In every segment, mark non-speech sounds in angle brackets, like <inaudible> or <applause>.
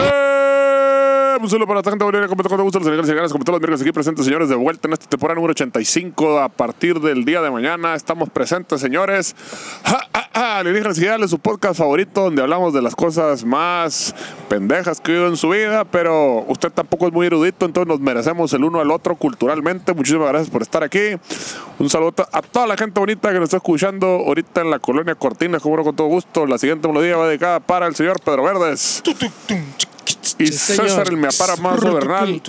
Eh, Un saludo para la gente boliviana, con todo gusto, los senegalas y senegalas, como todos los miércoles aquí presentes, señores, de vuelta en esta temporada número 85. A partir del día de mañana estamos presentes, señores. Ja, ja, ja, Alienígenas y Señales, su podcast favorito, donde hablamos de las cosas más pendejas que vivo en su vida, pero usted tampoco es muy erudito, entonces nos merecemos el uno al otro culturalmente. Muchísimas gracias por estar aquí. Un saludo a toda la gente bonita que nos está escuchando ahorita en la colonia Cortinas, como no, con todo gusto. La siguiente melodía va dedicada para el señor Pedro Verdes. Y Sí, señor. César el me apara más Bernal.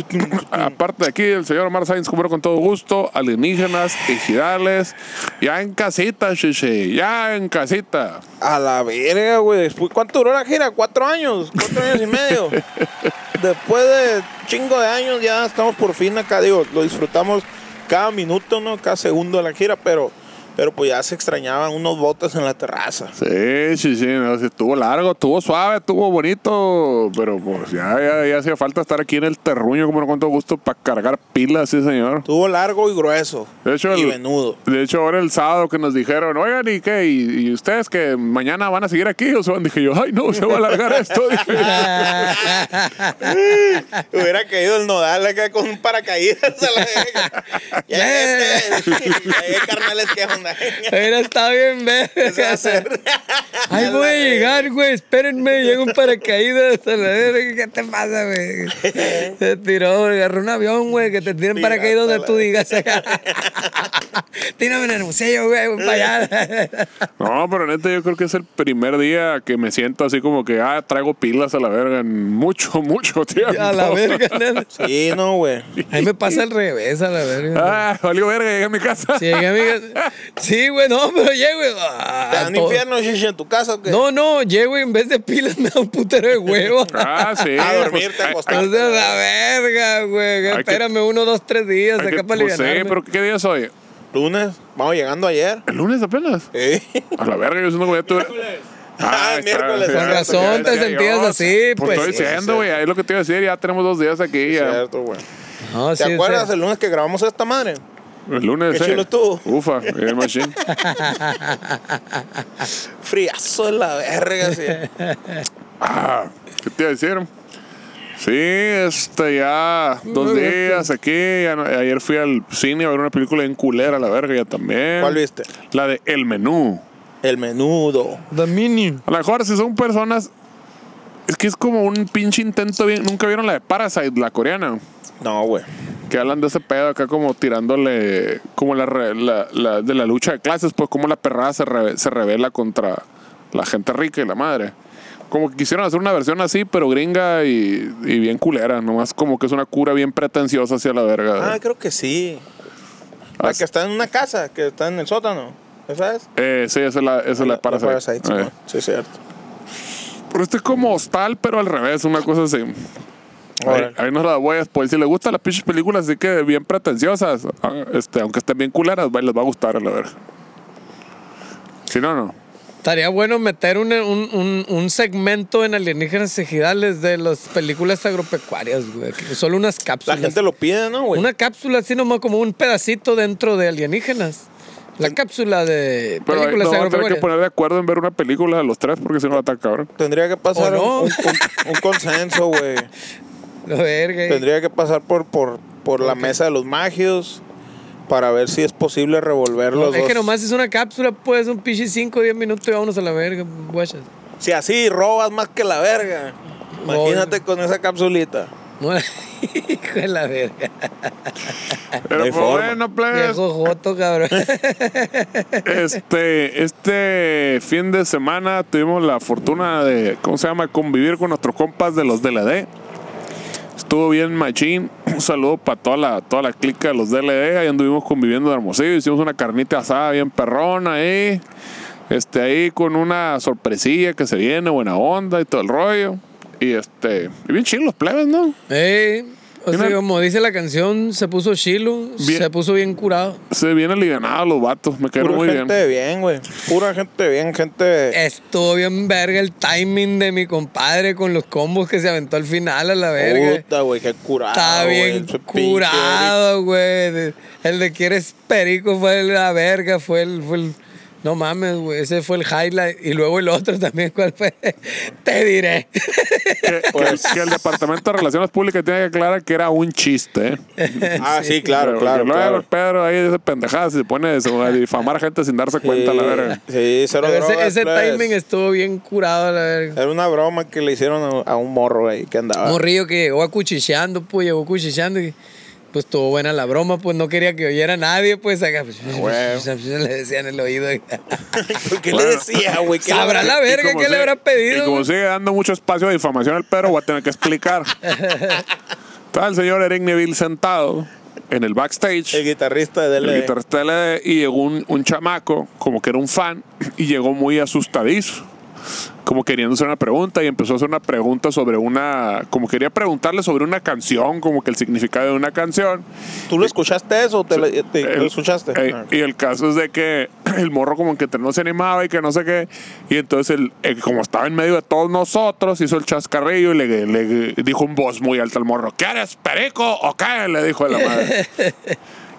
Aparte de aquí, el señor Omar Sainz compró con todo gusto. Alienígenas, ejidales. Ya en casita, chiche. Ya en casita. A la verga, güey. Después- ¿Cuánto duró la gira? Cuatro años, cuatro años y <laughs> medio. Después de chingo de años ya estamos por fin acá, digo, lo disfrutamos cada minuto, ¿no? Cada segundo de la gira, pero, pero pues ya se extrañaban unos botes en la terraza. Sí, chiche. no, sí, estuvo largo, estuvo suave, estuvo bonito. Pero pues ya, ya, ya hacía falta estar aquí en el terruño, como no, con todo gusto, para cargar pilas, sí, señor. Tuvo largo y grueso. De hecho, y el- venudo. <laughs> De hecho, ahora el sábado que nos dijeron, oigan, ¿y qué? ¿Y, y ustedes que mañana van a seguir aquí? O sea, dije yo, ay, no, se va a alargar esto. <laughs> <laughs> Dije yo. Ah. Hubiera caído el nodal acá con un paracaídas a la <laughs> verga. Ya llegué, ya llegué, carnales, ¿qué <laughs> onda? Era, está <laughs> bien, ve. se va a hacer? <laughs> Ahí voy a llegar, güey. Espérenme, llega un paracaídas. a la verga. ¿Qué te pasa, güey? <laughs> Se tiró, güey, agarró un avión, güey, que te tiren Pirata, paracaídas donde la tú digas. <laughs> Tírame en el museo, güey, voy para allá. No, pero neta, yo creo que es el primer día que me siento así como que, ah, traigo pilas a la verga en mucho, <laughs> mucho tiempo. A la verga, nena. Sí, no, güey. Ahí me pasa al revés, a la verga. Ah, valió verga, llegué a mi casa. Sí, amiga. Sí, güey, no, pero llego, güey. ah, ¿Te dan todo- infierno, Shishi, en tu casa o qué? No, no, llego y en vez de pilas me da un putero de huevo. <laughs> Ah, sí. A dormir te pues, acostaste. O sea, la verga, güey. que- Espérame uno, dos, tres días hay- hay acá que- para pues, sí, liberarme. pero ¿qué día es hoy? Lunes, vamos llegando ayer. <laughs> ¿El lunes apenas? ¿Eh? A la verga, yo siento que ya tuve... Ah, está- miércoles. ya- Con ya- razón ya- te ya sentías llegó. así, pues, estoy sí, diciendo, güey, es lo que te iba a decir, ya tenemos dos días aquí. ya. Cierto, güey. No, ¿Te sí, acuerdas sí. el lunes que grabamos esta madre? El lunes. Qué eh. chulo estuvo. Ufa, el <laughs> machine. Friazo de la verga, <laughs> sí. Ah, ¿Qué te iba a decir? Sí, este ya dos días aquí. ya no- ayer fui al cine a ver una película en culera, la verga, ya también. ¿Cuál viste? La de El Menú. El menudo. The Minion. A lo mejor si son personas. Es que es como un pinche intento bien. Nunca vieron la de Parasite, la coreana. No, güey. Que hablan de ese pedo acá como tirándole. Como la, re- la- la- de la lucha de clases, pues como la perrada se, re- se revela contra la gente rica y la madre. Como que quisieron hacer una versión así, pero gringa y, y bien culera. Nomás como que es una cura bien pretenciosa hacia la verga. Ah, creo que sí. La Ah, que está en una casa, que está en el sótano. ¿Esa es? eh, sí, esa es la, esa es la de Parasite. sí, Eh. güey. sí, es cierto. Pero este es como hostal, pero al revés, una cosa así. Ahí, Órale. ahí nos la voy a spoiler. Si les gustan las pinches películas así que bien pretenciosas, ah, este, aunque estén bien culeras, va- les va a gustar a la verga. Si no, no. Estaría bueno meter un, un, un, un segmento en Alienígenas Ejidales de las películas agropecuarias, güey. que Solo unas La cápsulas. gente lo pide, ¿no, güey? Una cápsula así nomás como un pedacito dentro de Alienígenas. La cápsula de Pero ahí nos vamos películas a tener agropecuarias. que poner de acuerdo en ver una película a los tres, porque si no, va a estar cabrón. Tendría que pasar ¿O no? un, un- un consenso, güey. La verga. Tendría que pasar por, por, por la mesa de los magios para ver si es posible revolver los es dos. que nomás es una cápsula, pues, un pichi 5 o 10 minutos y vámonos a la verga, guachas. Si así robas más que la verga. Imagínate con esa capsulita. No, <laughs> hijo de la verga. Pero hay pues, forma. bueno, plebes, Viejo joto, <laughs> cabrón. este, este fin de semana tuvimos la fortuna de, ¿cómo se llama?, convivir con nuestros compas de los DLD. Estuvo bien machín. Un saludo para toda la, toda la clica de los DLD. Ahí anduvimos conviviendo de Hermosillo. Hicimos una carnita asada bien perrona ahí. Este, ahí con una sorpresilla que se viene, buena onda y todo el rollo. Y este, y bien chidos los plebes, ¿no? Ey, o sea, Mira. como dice la canción, se puso chilo, Bien. se puso bien curado. Se bien alivianados los vatos, me cayeron Pura muy bien. gente de bien, güey. Pura gente de bien, Eh, gente. Estuvo bien verga el timing de mi compadre con los combos que se aventó al final a la verga. Puta, güey, qué curado. Está güey, bien ese pinche curado, güey. De- El de quieres perico fue la verga, fue el, fue el- no mames, güey, ese fue el highlight. Y luego el otro <laughs> también, ¿cuál fue? Te diré. Que, que- que Pues. el Departamento de Relaciones Públicas tiene que aclarar que era un chiste. ¿eh? Eric. Ah, sí, claro, Pero claro. luego claro. el Pedro ahí dice pendejadas y se pone a <laughs> difamar gente sin darse cuenta, la verga. Sí, cero Pero <laughs> ese, drogas, ese plebes. timing estuvo bien curado, a la verga. Era una broma que le hicieron a, a un morro ahí que andaba. Morrillo que llegó acuchicheando, pues llegó acuchicheando y pues estuvo buena la broma, pues no quería que oyera a nadie, pues acá <laughs> pues, Ah, le decían en <laughs> el oído. <laughs> ¿Qué le decía, güey? ¿Qué le- Sabrá la verga Y como que le sigue- habrá Y pedido. como güey? sigue dando mucho espacio de difamación al perro, voy a tener que <laughs> explicar. Estaba el señor Eric Neville sentado en el backstage. El guitarrista de el DLD. guitarrista de LD, y llegó un, un chamaco, como que era un fan, y llegó muy asustadizo, como queriendo hacer una pregunta, y empezó a hacer una pregunta sobre una, como quería preguntarle sobre una canción, como que el significado de una canción. ¿Tú lo escuchaste eso? o ¿Te, lo- te- El- lo escuchaste? eh, Ah. y el caso es de que <clears throat> el morro como que no se animaba y que no sé qué. Y entonces, el, eh, como estaba en medio de todos nosotros, hizo el chascarrillo y le, le dijo un voz muy alta al morro. ¿Qué eres, perico o qué? Le dijo a la <laughs> madre.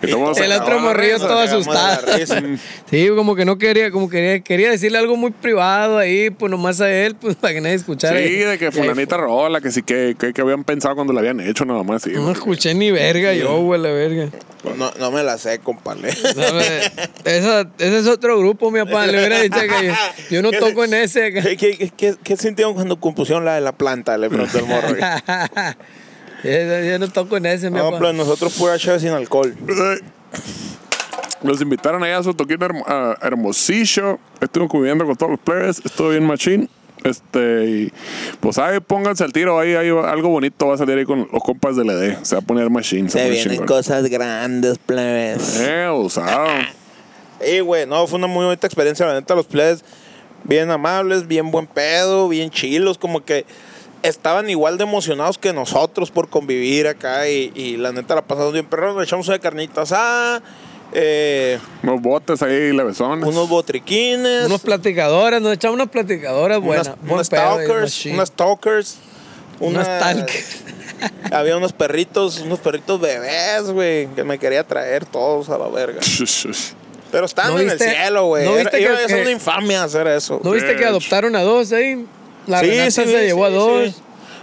Y todo mundo se El cagó otro la morrillo risa. todo cagamos de la asustado. <laughs> risa. Mm. Sí, como que no quería, como quería, quería decirle algo muy privado ahí, pues nomás a él, pues para que nadie escuchara. Eh, Sí, de que Y ahí fulanita rola, que sí, que, que, que habían pensado cuando la habían hecho, nada más. Sí, fue. No escuché ni verga yo, güey, la verga. No, no me la sé, compadre. No, me- esa- ese es otro grupo, mi papá. Le hubiera dicho que yo, <laughs> yo no ¿Qué toco en se- ese. acá. ¿Qué, qué, qué, qué sintieron cuando compusieron la de la planta? Le preguntó el <laughs> morro. yo, yo no toco en ese, mi No, papá. pero nosotros pura cheve sin alcohol. Los invitaron allá a su toquín hermo- a Hermosillo. Estuve conviviendo con todos los players. Estuvo bien machín. Este, y, pues ahí pónganse al tiro. Ahí, ahí va- algo bonito va a salir ahí con los compas del ED. Se va a poner machín. Se Se pone vienen chingón. cosas grandes, plebes. Eh, usado. Y, güey, no, fue una muy bonita experiencia, la neta, los plebes bien amables, bien buen pedo, bien chilos, como que estaban igual de emocionados que nosotros por convivir acá y, y la neta la pasamos bien perrón, nos echamos una carnita asada, eh, Unos botes ahí, levesones. unos botriquines, Unos platicadoras, nos echamos unas platicadoras buenas. unas, buen unas pedo, eh, stalkers, machín. unas stalkers, Unas unas- talcas. <laughs> había unos perritos, unos perritos bebés, güey, que me quería traer todos a la verga. Pero estaban ¿No en viste- el cielo, güey. no Era- viste que- iba a ser que- una infamia hacer eso. ¿No viste que bitch. adoptaron a dos ahí? La Sí, Renata sí, se sí, llevó a sí, dos.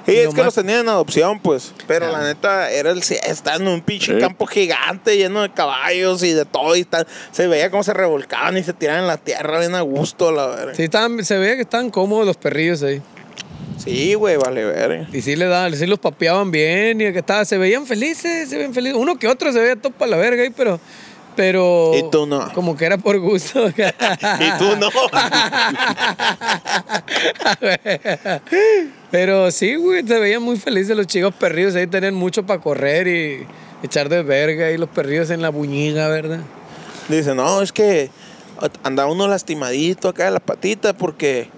sí. Y es que nomás- los tenían en adopción, pues. Pero Ah. la neta, era el, cie- está en un pinche Sí. campo gigante lleno de caballos y de todo. Y tal. Se veía cómo se revolcaban y se tiraban en la tierra bien a gusto, la verga. Sí, estaban- se veía que estaban cómodos los perrillos ahí. Sí, güey, vale, verga. Y sí le daban, sí los papeaban bien y que estaba, se veían felices, se veían felices. Uno que otro se veía todo para la verga ahí, pero. Pero. Y tú no. Como que era por gusto. <laughs> Y tú no. <laughs> pero sí, güey, se veían muy felices los chicos perrillos. Ahí tenían mucho para correr y echar de verga. Y los perrillos en la buñiga, ¿verdad? Dice, no, es que anda uno lastimadito acá de la patita porque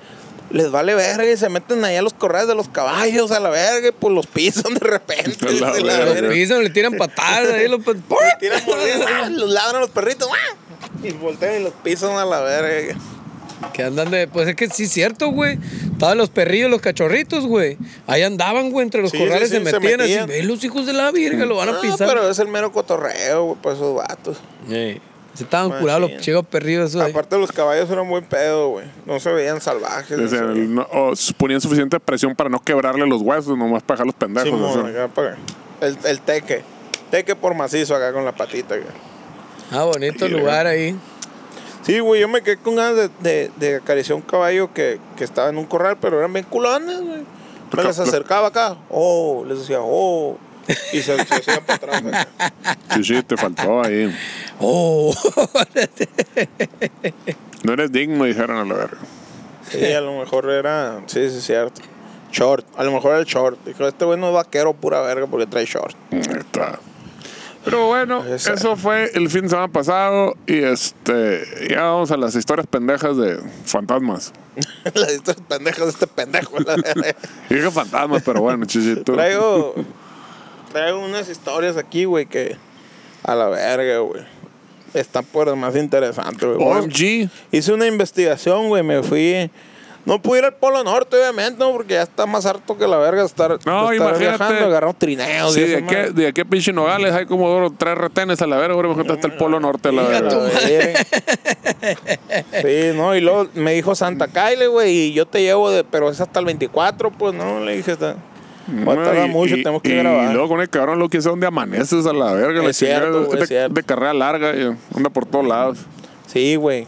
les vale verga y se meten ahí a los corrales de los caballos a la verga y pues los pisan de repente. <laughs> A la dice, la verga. Los verga. pisan, le tiran patadas. ahí pues, Pues, los pa- Tiran <laughs> mordidas, ¡ah! los ladran los perritos, ¡ah! y voltean y los pisan a la verga. Que andan de. Pues es que sí, cierto, güey. Estaban los perrillos, los cachorritos, güey. Ahí andaban, güey, entre los Sí, corrales sí, sí, se se metían así. metían. Ve los hijos de la virga, lo van a No, pisar. Ah, pero es el mero cotorreo, güey, para esos vatos. Ey, Se estaban curados los Machín. chicos perrillos. esos ahí. Aparte, los caballos eran buen pedo, güey. No se veían salvajes. <laughs> no Decían, se veían- no- o ponían suficiente presión para no quebrarle los huesos, nomás para dejar los pendejos. Simón, o sea. acá para acá. el, el teque. Teque por macizo acá con la patita, güey. Ah, bonito Ahí, lugar ahí. Sí, güey, yo me quedé con ganas de, de- de acariciar un caballo que, que estaba en un corral, pero eran bien culones, güey. Me les acercaba acá, oh, les decía, oh, y se, se hacían para atrás. güey. Sí, sí, te faltó ahí. Oh, <laughs> No eres digno, dijeron a la verga. Sí, a lo mejor era, sí, sí, es cierto. Short, a lo mejor era el short. Dijo, este güey no es vaquero pura verga porque trae short. Ahí está. Pero bueno, Esa- eso fue el fin de semana pasado. Y este, ya vamos a las historias pendejas de fantasmas. <laughs> La de estos pendejos, este pendejo. la verga. Y dije fantasmas, pero bueno, <laughs> chichito. traigo, traigo unas historias aquí, güey, que a la verga, güey. Están por demás interesantes, güey. OMG. Hice una investigación, güey, me fui. No pude ir al Polo Norte, obviamente, no, porque ya está más harto que la verga estar, No, estar imagínate. viajando, agarrar trineos. Sí, y esa de qué, madre. de qué pinche nogales hay como dos o tres retenes a la verga. Ahora mejor hasta el polo norte a la A la verga. verga. <laughs> Sí, no, y luego me dijo Santa Kyle, güey, y yo te llevo, de, pero es hasta el 24, pues no, le dije, está, va a tardar Y- mucho, y- tenemos que y grabar. luego con el cabrón, lo que sé dónde amaneces a la verga. Es la chingada, cierto, güey, de, es cierto. de carrera larga, y anda por todos lados. Sí, güey.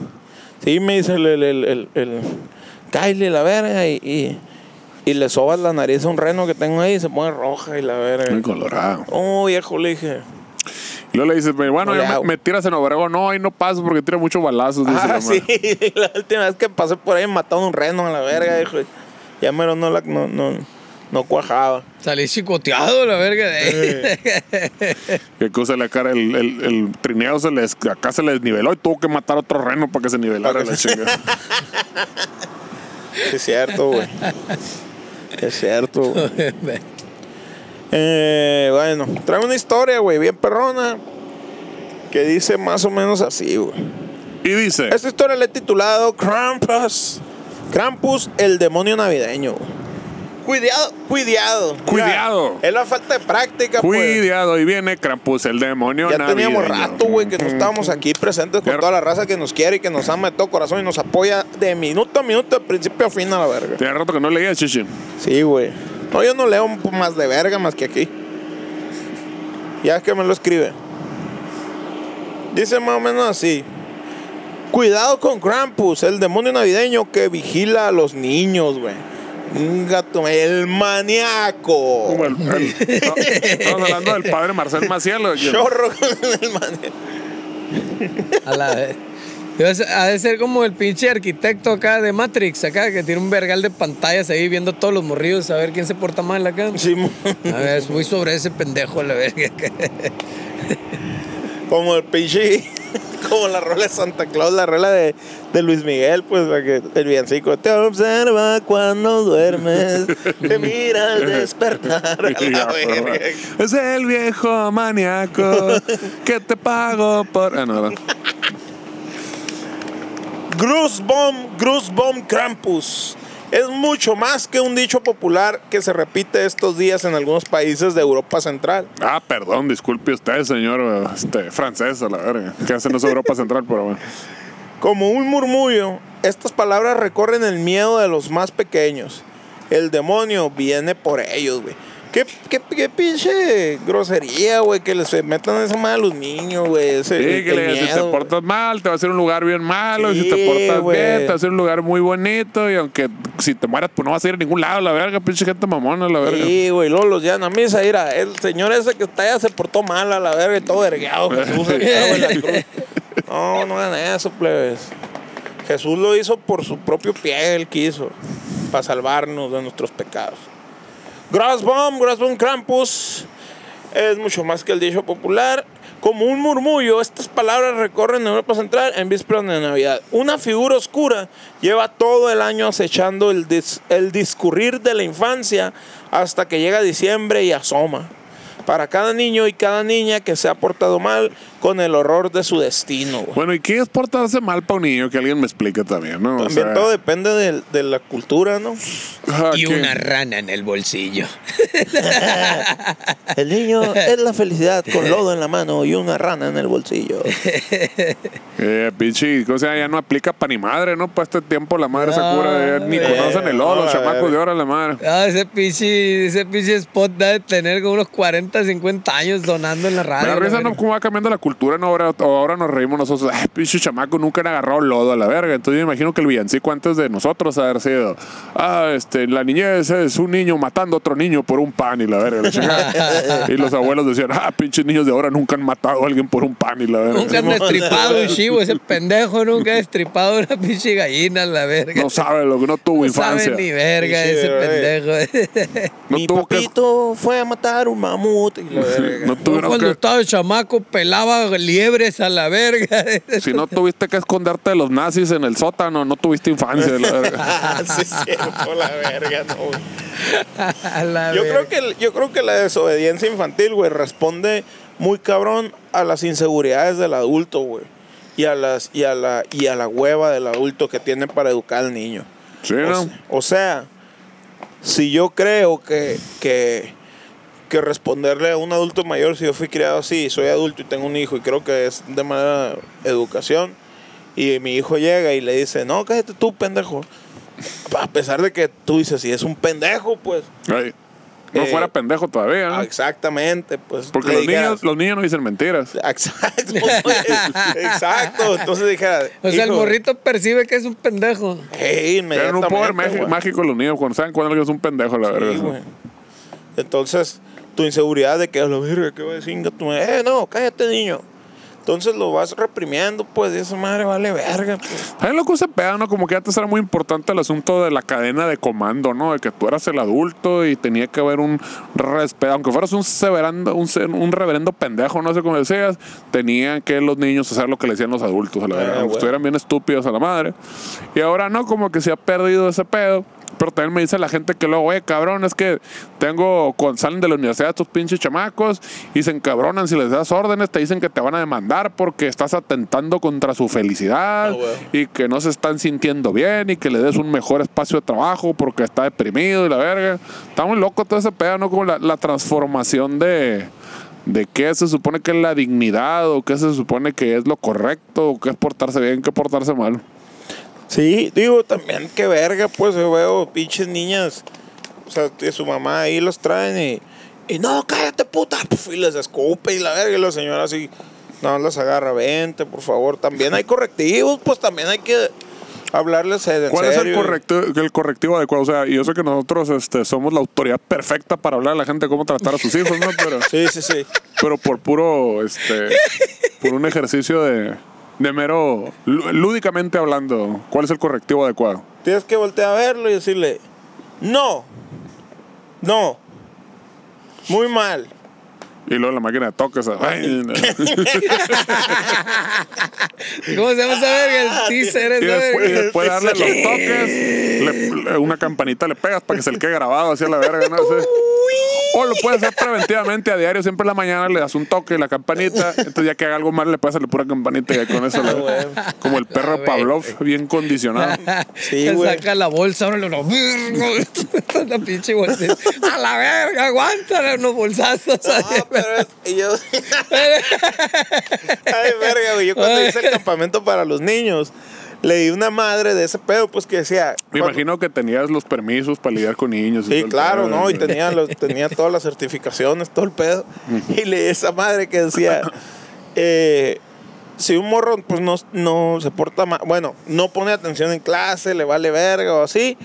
Sí, me dice el, el, el, el, el Kyle, la verga, y, y, y le sobas la nariz a un reno que tengo ahí y se pone roja y la verga. Muy colorado. Oh, viejo, le dije. Y luego le dices, bueno, No le ya hago. me, me tiras en Obregón. No, ahí no paso porque tira muchos balazos. dice la Ah, <laughs> sí, madre. la última vez que pasé por ahí mataron un reno a la verga, dijo. Ya mero no, la, no, no, no cuajaba. Salí chicoteado la verga de ahí. Que cosa la cara, el, el, el trineo se les, acá se les niveló y tuvo que matar otro reno para que se nivelara Para que la se- <laughs> chingada. Sí, es cierto, güey. Es cierto, güey. Eh, bueno, traigo una historia, güey, bien perrona. Que dice más o menos así, güey. Y dice, Esta historia la he titulado Krampus. Krampus, el demonio navideño. güey. Cuidado, cuidado. Mira, Cuidado. es la falta de práctica, pues. cuidado, ahí viene Krampus, el demonio Ya teníamos navideño". rato, güey, que no estábamos aquí presentes con Pero- toda la raza que nos quiere y que nos ama de todo corazón y nos apoya de minuto a minuto, de principio a fin a la verga. Tenía rato que no leía, chichi. Sí, güey. No, yo no leo más de verga más que aquí. Ya es que me lo escribe. Dice más o menos así. Cuidado con Krampus, el demonio navideño que vigila a los niños, güey. Un gato, el maníaco. Como el- el- no, estamos hablando del padre Marcel Maciel. güey. <laughs> Chorro con el maníaco. A la vez. Debe ser- Ha de ser como el pinche arquitecto acá de Matrix, acá, que tiene un vergal de pantallas ahí viendo todos los morridos a ver quién se porta mal acá. Sí, mo- A ver, es muy sobre ese pendejo la verga. como el pinche. <laughs> Como la rola de Santa Claus, la rola de, de Luis Miguel, pues la que- el villancico te observa cuando duermes, te mira al <laughs> despertar. a la verga. es el viejo maníaco que te pago por. Ah, no, no. Grusbomb, Grusbomb Krampus. Es mucho más que un dicho popular que se repite estos días en algunos países de Europa Central. Ah, perdón, disculpe usted, señor este, francés, a la verga. Que hace no es Europa Central, pero <laughs> bueno. Como un murmullo, estas palabras recorren el miedo de los más pequeños. El demonio viene por ellos, güey. ¿Qué, qué, qué pinche grosería, güey, que les metan esa madre a los niños, güey. Ese, Sí, que el le- si miedo, te güey. portas mal, te va a hacer un lugar bien malo. y si te Sí, portas güey. bien, te va a hacer un lugar muy bonito. Y aunque si te mueras, pues no vas a ir a ningún lado, la verga, pinche gente mamona, la verga. Sí, güey, luego los llevan a misa. Mira, el señor ese que está allá se portó mal a la verga y <laughs> todo vergueado. Jesús acá, güey, en la cruz. No, no hagan eso, plebes. Jesús lo hizo por su propio pie, él quiso, para salvarnos de nuestros pecados. Grasbomb, Grasbomb Krampus es mucho más que el dicho popular. Como un murmullo, estas palabras recorren Europa Central en vísperas de Navidad. Una figura oscura lleva todo el año acechando el, dis- el discurrir de la infancia hasta que llega diciembre y asoma. Para cada niño y cada niña que se ha portado mal con el horror de su destino. güey. Bueno, ¿y qué es portarse mal para un niño? Que alguien me explique también, ¿no? O También sea, todo depende del- de, la cultura, ¿no? ah, Y que- una rana en el bolsillo. El niño es la felicidad <laughs> con lodo en la mano y una rana en el bolsillo. Eh, pinche, o sea, ya no aplica para ni madre, ¿no? Para este tiempo la madre se No, cura, ya ni eh, conocen el no, oro, los la chamacos verga. de ahora, la madre. Ah, ese pinche, ese pinche spot da de tener como unos 40, 50 años donando en la Me radio. da la risa verga. ¿no? cómo va cambiando la cultura, ¿no? Ahora, ahora nos reímos nosotros. Ay, pinche chamaco, nunca han agarrado lodo a la verga. Entonces yo me imagino que el villancico antes de nosotros haber sido, ah, este, la niñez es un niño matando a otro niño por un pan y la verga. la chingada. y los abuelos decían, ah, pinches niños de ahora nunca han matado a alguien por un pan y la verga. Nunca han destripado un chivo, ese pendejo nunca ha destripado una pinche gallina, la verga. No sabe lo que no tuvo No infancia. sabe ni verga Sí, ese güey. pendejo. No Mi tuvo que- papito fue a matar un mamut. mamut. Y la verga. <laughs> No Yo tuvieron cuando que, estaba de chamaco pelaba liebres a la verga. <laughs> si no tuviste que esconderte de los nazis en el sótano, no tuviste infancia. la <laughs> verga. <laughs> Ah, sí, es cierto, la verga, no, güey. A la Yo verga. creo, que, el- yo creo que la desobediencia infantil, güey, responde muy cabrón a las inseguridades del adulto, güey. Y a, las, y, a la, y a la hueva del adulto que tiene para educar al niño. Sí, O ¿no? se- O, sea, si yo creo que, que, que responderle a un adulto mayor, si yo fui criado así, soy adulto y tengo un hijo y creo que es de manera educación, y mi hijo llega y le dice, no, cállate tú, pendejo. A pesar de que tú dices, si es un pendejo, pues... Ay, no Eh, fuera pendejo todavía. ¿no? Ah, Exactamente, pues. Porque le los dijeras- niños, los niños no dicen mentiras. <laughs> Exacto, güey. exacto. Entonces dijera. O sea, el hijo, morrito percibe que es un pendejo. Hey, Tienen un poder inmediatamente, magi- güey. mágico los niños. Cuando saben cuando alguien es un pendejo, la Sí, verdad. güey. Entonces, tu inseguridad de que a la verga, que va a decir tu madre? Eh, no, cállate, niño. Entonces lo vas reprimiendo, pues, y esa madre vale verga. pues. ¿Sabes lo que se pega, no? Como que antes era muy importante el asunto de la cadena de comando, ¿no? De que tú eras el adulto y tenía que haber un respeto. Aunque fueras un, severando, un, se- un reverendo pendejo, no sé cómo decías, tenían que los niños hacer lo que le decían los adultos, a la Ah, verdad. Aunque güey. estuvieran bien estúpidos a la madre. Y ahora no, como que se ha perdido ese pedo. Pero también me dice la gente que luego, oye, cabrón, es que tengo, con, salen de la universidad estos pinches chamacos y se encabronan si les das órdenes, te dicen que te van a demandar porque estás atentando contra su felicidad Ah, güey. y que no se están sintiendo bien y que le des un mejor espacio de trabajo porque está deprimido y la verga. Está muy loco todo ese pedo, ¿no? Como la, la transformación de, de qué se supone que es la dignidad o qué se supone que es lo correcto o qué es portarse bien, qué es portarse mal. Sí, digo, también, qué verga, pues, yo veo pinches niñas. O sea, que su mamá ahí los traen y. Y no, cállate, puta. puf, Y les escupe y la verga. Y la señora así. No, las agarra, vente, por favor. También hay correctivos, pues también hay que hablarles en ¿Cuál es el, serio. correcto, el correctivo adecuado? O sea, yo sé que nosotros este, somos la autoridad perfecta para hablar a la gente cómo tratar a sus hijos, ¿no? Pero, Sí, sí, sí. pero por puro, este, por un ejercicio de, de mero, lú- lúdicamente hablando, ¿cuál es el correctivo adecuado? Tienes que voltear a verlo y decirle, no, no, muy <laughs> mal. Y luego la máquina de toques. ay, no. ¿Cómo se llama esa Ah, verga? El teaser, Y esa después, y verga. después darle los toques, le- le- una campanita le pegas para que se le quede grabado así a la verga. ¿no? Así. O lo puedes hacer preventivamente a diario, siempre en la mañana le das un toque, la campanita. Entonces, ya que haga algo mal, le puedes hacerle pura campanita y ya con eso, la- güey. como el perro güey. Pavlov, bien condicionado. Sí, Se güey. saca la bolsa, ahora lo lo- <laughs> la pinche bolsa. A la verga, aguántale unos bolsazos. <laughs> Ah, pero es- y <laughs> yo. Ay, verga, güey. Yo cuando hice el campamento para los niños, leí una madre de ese pedo, pues que decía. Me imagino que tenías los permisos para lidiar con niños. y todo Sí, el claro, pedo, ¿no? Y güey. tenía, los, tenía todas las certificaciones, todo el pedo. Y leí esa madre que decía, eh, si un morro pues no, no se porta mal, bueno, no pone atención en clase, le vale verga o así,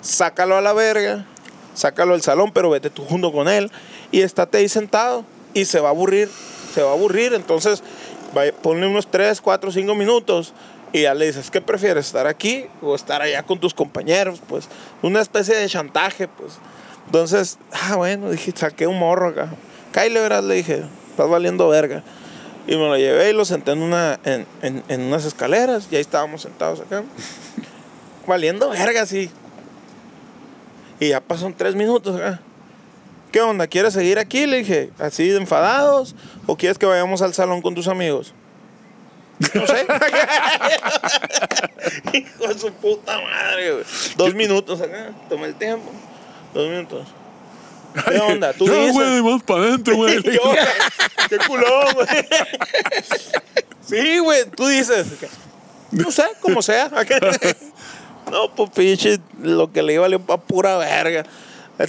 sácalo a la verga, sácalo al salón, pero vete tú junto con él y estate ahí sentado y se va a aburrir, se va a aburrir. Entonces, va- ponle unos 3, 4, 5 minutos y ya le dices, ¿qué prefieres? ¿Estar aquí o estar allá con tus compañeros? Pues una especie de chantaje, pues. Entonces, ah, bueno, dije, saqué un morro acá. Kyle, verás, le dije, estás valiendo verga. Y me lo llevé y lo senté en, una, en, en- en unas escaleras y ahí estábamos sentados acá. valiendo verga, sí. Y ya pasaron tres minutos acá. ¿Qué onda? ¿Quieres seguir aquí? Le dije, así de enfadados, o quieres que vayamos al salón con tus amigos. No sé. <laughs> Hijo de su puta madre, güey. Dos minutos acá, toma el tiempo. Dos minutos. ¿Qué onda? ¿Tú Ya, dices? güey, vamos para adentro, güey. Y <laughs> yo, qué culón, güey. Sí, güey, tú dices. No sé, como sea. No, pues pinche, lo que le iba a para pura verga.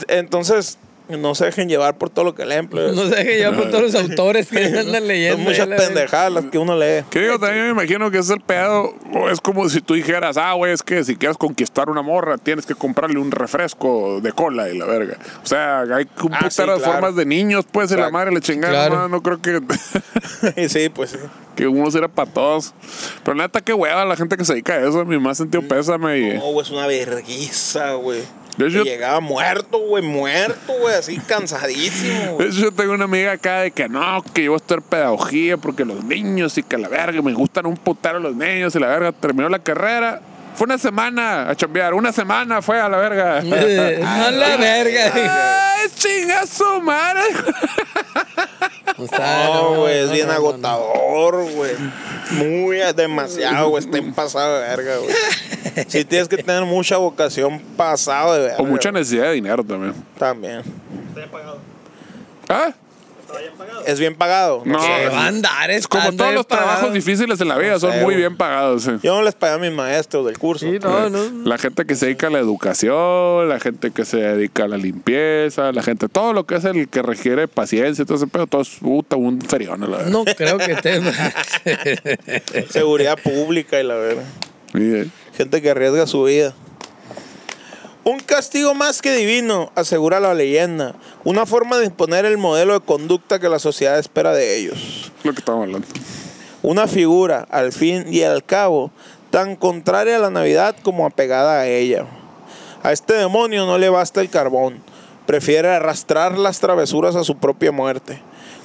Entonces, no se dejen llevar por todo lo que leen. plebe. <laughs> No sé que ya por todos los autores <laughs> que andan leyendo. Son muchas la verga. pendejadas las que uno lee. <laughs> Que digo, también me imagino que es el pedo. o Es como si tú dijeras, ah, güey, es que si quieres conquistar una morra, tienes que comprarle un refresco de cola y la verga. O sea, hay un Ah, putero sí, de claro. formas de niños, pues, y la Exacto. madre le chingaron. Claro. No, no creo que, <laughs> Y sí, pues sí. que uno sea para todos. Pero neta, qué hueva la gente que se dedica a eso. Mi más sentido pésame. Y, No, güey, es una verguiza, güey. De hecho, Y llegaba muerto, güey, muerto, güey, así cansadísimo, De güey. hecho, yo tengo una amiga acá de que no, que yo voy a estudiar pedagogía porque los niños y que la verga, me gustan un putero los niños y la verga. Terminó la carrera, fue una semana a chambear, una semana fue a la verga. Eh, <laughs> no Ah, la verga. ¡Ay, chinga su madre! No, está, Ah, No, güey, es bien no, no. agotador, güey. Muy demasiado, güey. Estén pasado de verga, güey. Sí, tienes que tener mucha vocación pasado de verga. O mucha necesidad de dinero también. También. ¿Ah? ¿Es bien pagado? No. Que sé. va a andar Es como estando todos los parado. trabajos difíciles en la vida, son sé, muy güey. bien pagados. sí. Yo no les pagué a mis maestros del curso. Sí, no, no. La gente que se dedica a la educación, la gente que se dedica a la limpieza, la gente, todo lo que es el que requiere paciencia, y todo ese pedo, todo es puta, un ferión, a la verdad. No creo que esté <laughs> <laughs> <laughs> Seguridad pública y la verga. Mire. Gente que arriesga su vida. Un castigo más que divino, asegura la leyenda. Una forma de imponer el modelo de conducta que la sociedad espera de ellos. lo que estamos hablando. Una figura, al fin y al cabo, tan contraria a la Navidad como apegada a ella. A este demonio no le basta el carbón, prefiere arrastrar las travesuras a su propia muerte.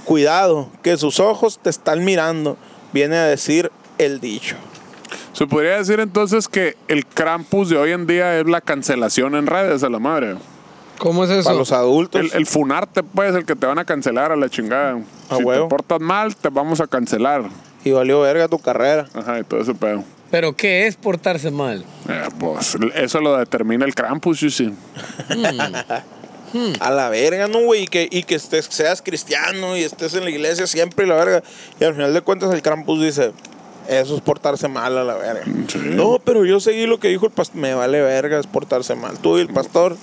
Cuidado, que sus ojos te están mirando, viene a decir el dicho. Se podría decir entonces que el Krampus de hoy en día es la cancelación en redes a la madre. ¿Cómo es eso? Para los adultos, El, el funarte, pues, el que te van a cancelar a la chingada. A si huevo. te portas mal, te vamos a cancelar. y valió verga tu carrera. Ajá, y todo ese pedo. ¿Pero qué es portarse mal? Eh, pues, eso lo determina el Krampus, sí, sí. A la verga, ¿no, güey? Y que, y que estés, seas cristiano y estés en la iglesia siempre y la verga. Y al final de cuentas el Krampus dice, eso es portarse mal a la verga. Sí. No, pero yo seguí lo que dijo el pastor. Me vale verga, es portarse mal. Tú y el pastor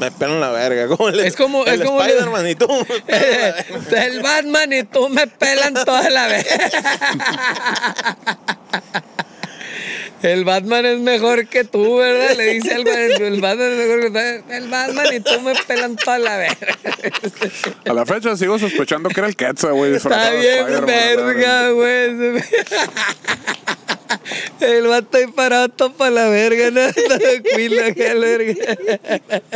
me pelan la verga. <laughs> Como el- Es como- el es como- Spider-Man y tú. me <laughs> pelan la verga. El Batman y tú me pelan toda la vez. <laughs> El Batman es mejor que tú, ¿verdad? Le dice algo. El Batman es mejor que tú. El Batman y tú me pelan toda la vez. A la fecha sigo sospechando que era el Quetzal, güey. disfrazado Está de bien, Spider-Man, la verga, güey. El vato ahí parado todo para la verga, no, tranquilo, que la verga.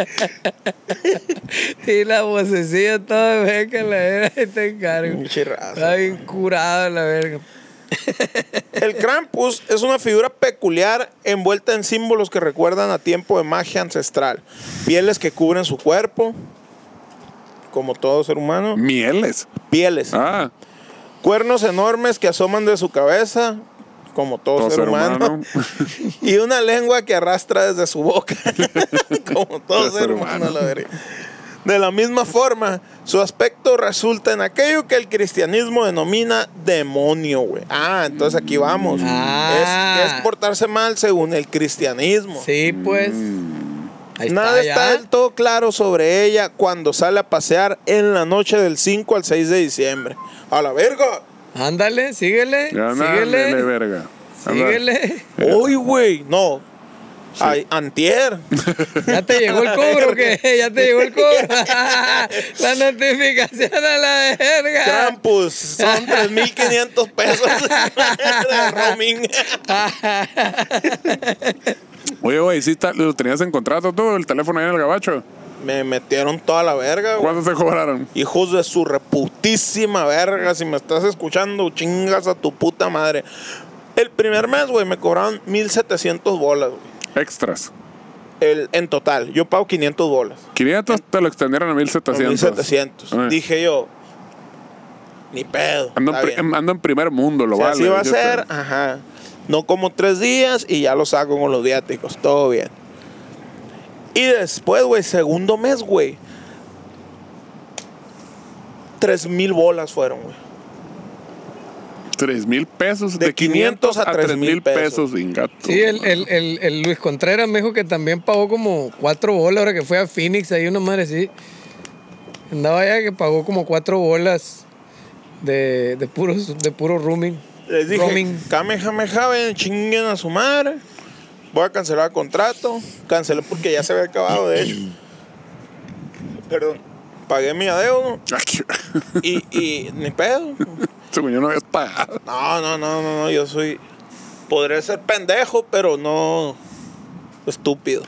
Y la vocecilla toda verga, la verga, ahí te encargo. Pinche raza, Está bien curado la verga. El Krampus es una figura peculiar envuelta en símbolos que recuerdan a tiempo de magia ancestral. Pieles que cubren su cuerpo, como todo ser humano. Mieles. Pieles. Ah, Cuernos enormes que asoman de su cabeza, como todo, todo ser, humano. <laughs> Y una lengua que arrastra desde su boca, <laughs> como todo ser, humano. la verga. De la misma forma, su aspecto resulta en aquello que el cristianismo denomina demonio, güey. Ah, entonces aquí vamos. Ah. Es, es portarse mal según el cristianismo. Sí, pues. Ahí Nada está ya. del todo claro sobre ella cuando sale a pasear en la noche del 5 al 6 de diciembre. A la verga. Ándale, síguele, <laughs> Ya nada, síguele, lele, verga. Anda. síguele. Hoy, güey. No. Ay, <laughs> antier. ¿Ya te llegó el cobro o qué? ¿Ya te llegó el cobro? La notificación a la verga. Krampus, son 3.500 <laughs> pesos de roaming. Oye, güey, ¿sí está- lo tenías en contrato tú, el teléfono ahí en el gabacho? Me metieron toda la verga, güey. ¿Cuánto te cobraron? Hijos de su reputísima verga, si me estás escuchando, chingas a tu puta madre. El primer mes, güey, me cobraron 1.700 bolas, güey. Extras. El, en total, yo pago 500 bolas. 500 te lo extendieron a 1700. 1700. Eh. Dije yo, ni pedo. Ando está en, pri- bien. em- ando en primer mundo, lo Si vale. así va a dijiste. ser, ajá. No como tres días y ya lo saco con los viáticos, todo bien. Y después, güey, segundo mes, güey. Tres mil bolas fueron, güey. 3 mil pesos. De 500 a 3 mil 3,000 pesos. pesos, ingato. Sí, el, el- el- el Luis Contreras me dijo que también pagó como cuatro bolas ahora que fue a Phoenix, ahí una madre sí. Andaba allá que pagó como cuatro bolas de, de puros, de puro rooming. Les dije, Roaming. Kamehameha, ven, chinguen a su madre. Voy a cancelar el contrato. Cancelé porque ya se había acabado, de hecho. Perdón. Pagué mi adeudo y, y ni pedo. <laughs> Según yo no habías pagado. No, no, no, no, no, yo soy. Podré ser pendejo, pero no estúpido.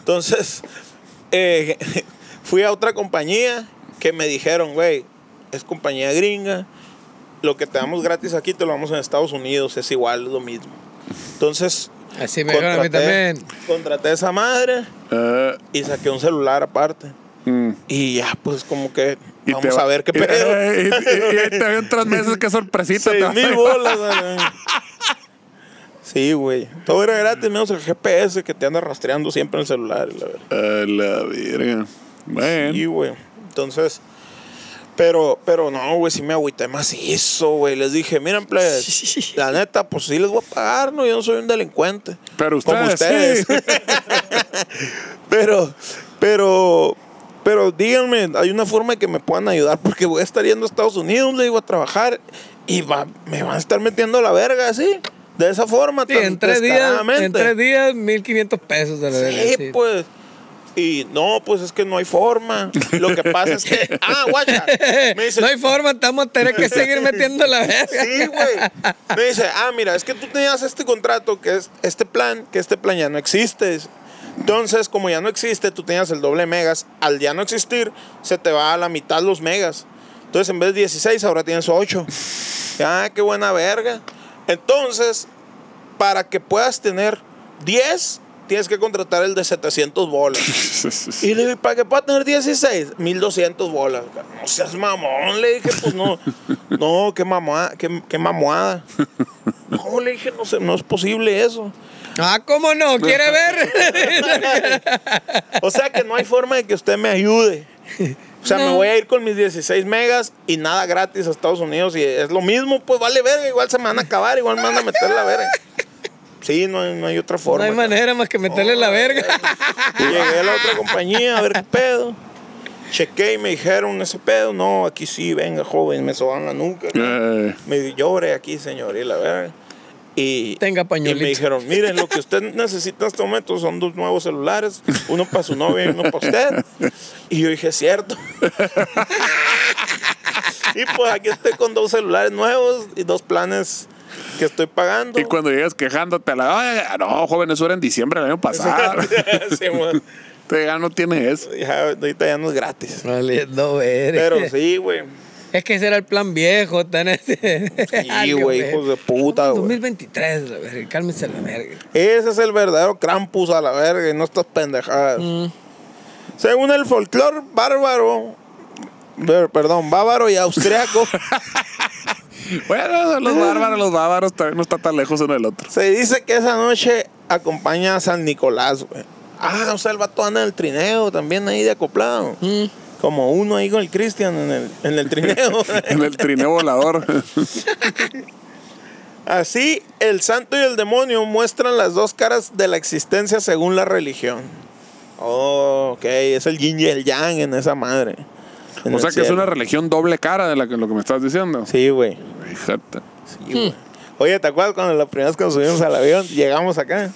Entonces, <laughs> eh, <laughs> fui a otra compañía que me dijeron, güey, es compañía gringa, lo que te damos gratis aquí te lo damos en Estados Unidos, es igual, es lo mismo. Entonces, Así me dijeron a mí contraté- también. contraté a esa madre Eh, y saqué un celular aparte. mm. Y ya, pues como que Y vamos te va- a ver <laughs> qué pedo. Eh, y, y- y ahí te ven tres meses, qué sorpresita. te Seis vas a mil llevar. bolas. güey. Sí, güey. Todo era gratis, menos el GPS que te anda rastreando siempre en el celular. La verdad. A la verga. Bueno. Sí, güey. Entonces, pero, pero no, güey, sí me agüité macizo, güey. Les dije, miren, <laughs> plebes, la neta, pues sí les voy a pagar, no, yo no soy un delincuente. Pero Como ustedes, sí. <laughs> pero, pero, pero díganme, hay una forma de que me puedan ayudar porque voy a estar yendo a Estados Unidos, le digo a trabajar y va- me van a estar metiendo la verga así, de esa forma, Sí, tan en tres días, descaradamente. en tres días, 1500 pesos de la verga, Sí, sí. pues. Y no, pues es que no hay forma. Lo que pasa es <laughs> que. Ah, guacha. Me dice. no hay forma, estamos a tener que <laughs> seguir metiendo la verga. Sí, güey. Me dice, ah, mira, es que tú tenías este contrato, que es este plan, que este plan ya no existe. Entonces, como ya no existe, tú tenías el doble megas. Al ya no existir, se te va a la mitad los megas. Entonces, en vez de 16, ahora tienes 8. Ah, qué buena verga. Entonces, para que puedas tener 10, tienes que contratar el de 700 bolas. <laughs> Y le dije, ¿para qué pueda tener 16? 1200 bolas. No seas mamón, le dije, pues no. No, qué mamada, qué, qué mamoada. No, le dije, no, sé, no es posible eso. Ah, ¿cómo no? ¿Quiere ver? O sea que no hay forma de que usted me ayude. O sea, me No. voy a ir con mis 16 megas y nada gratis a Estados Unidos y es lo mismo, pues vale verga, igual se me van a acabar, igual me van a meter la verga. Sí, no hay, no hay otra no forma. hay manera más que meterle la verga. <laughs> Y llegué a la otra compañía a ver qué pedo. Chequé y me dijeron ese pedo. No, aquí sí, venga, joven, me soban la nuca. Eh, Me di- llore aquí, señor, y la verga. Y, Tenga y pañuelito. me dijeron, miren, lo que usted necesita en este momento son dos nuevos celulares, uno para su novia y uno para usted. Y yo dije, cierto. <laughs> y pues aquí estoy con dos celulares nuevos y dos planes que estoy pagando. y cuando llegas quejándote, a la, "Ay, no, joven, eso era en diciembre del año pasado. <laughs> <laughs> <laughs> Sí, bueno, Te- ya no tiene eso. ya- "Ah, ahorita ya no es gratis. Ah. Valiendo verga. Pero sí, güey. Es que ese era el plan viejo, tan ese. Sí, güey, hijos de puta, güey. 2023, la verga, cálmense la verga. Ese es el verdadero Krampus a la verga y no estas pendejadas. Según el folclore bárbaro, ver, perdón, bávaro y austriaco, Bueno, Eh. los bárbaros, los bávaros también no está tan lejos uno del otro. se dice que esa noche acompaña a San Nicolás, güey. Ah, o sea, el vato anda en el trineo también ahí de acoplado. Como uno ahí con el Cristian en el, en el trineo. En el trineo <laughs> volador. Así, el santo y el demonio muestran las dos caras de la existencia según la religión. Oh, ok, es el yin y el yang en esa madre. En o el sea que es cielo. una religión doble cara de la que, lo que me estás diciendo. Sí, güey. Fíjate. Sí, Hmm. güey. Oye, ¿te acuerdas cuando la primera vez que nos subimos al avión, llegamos acá?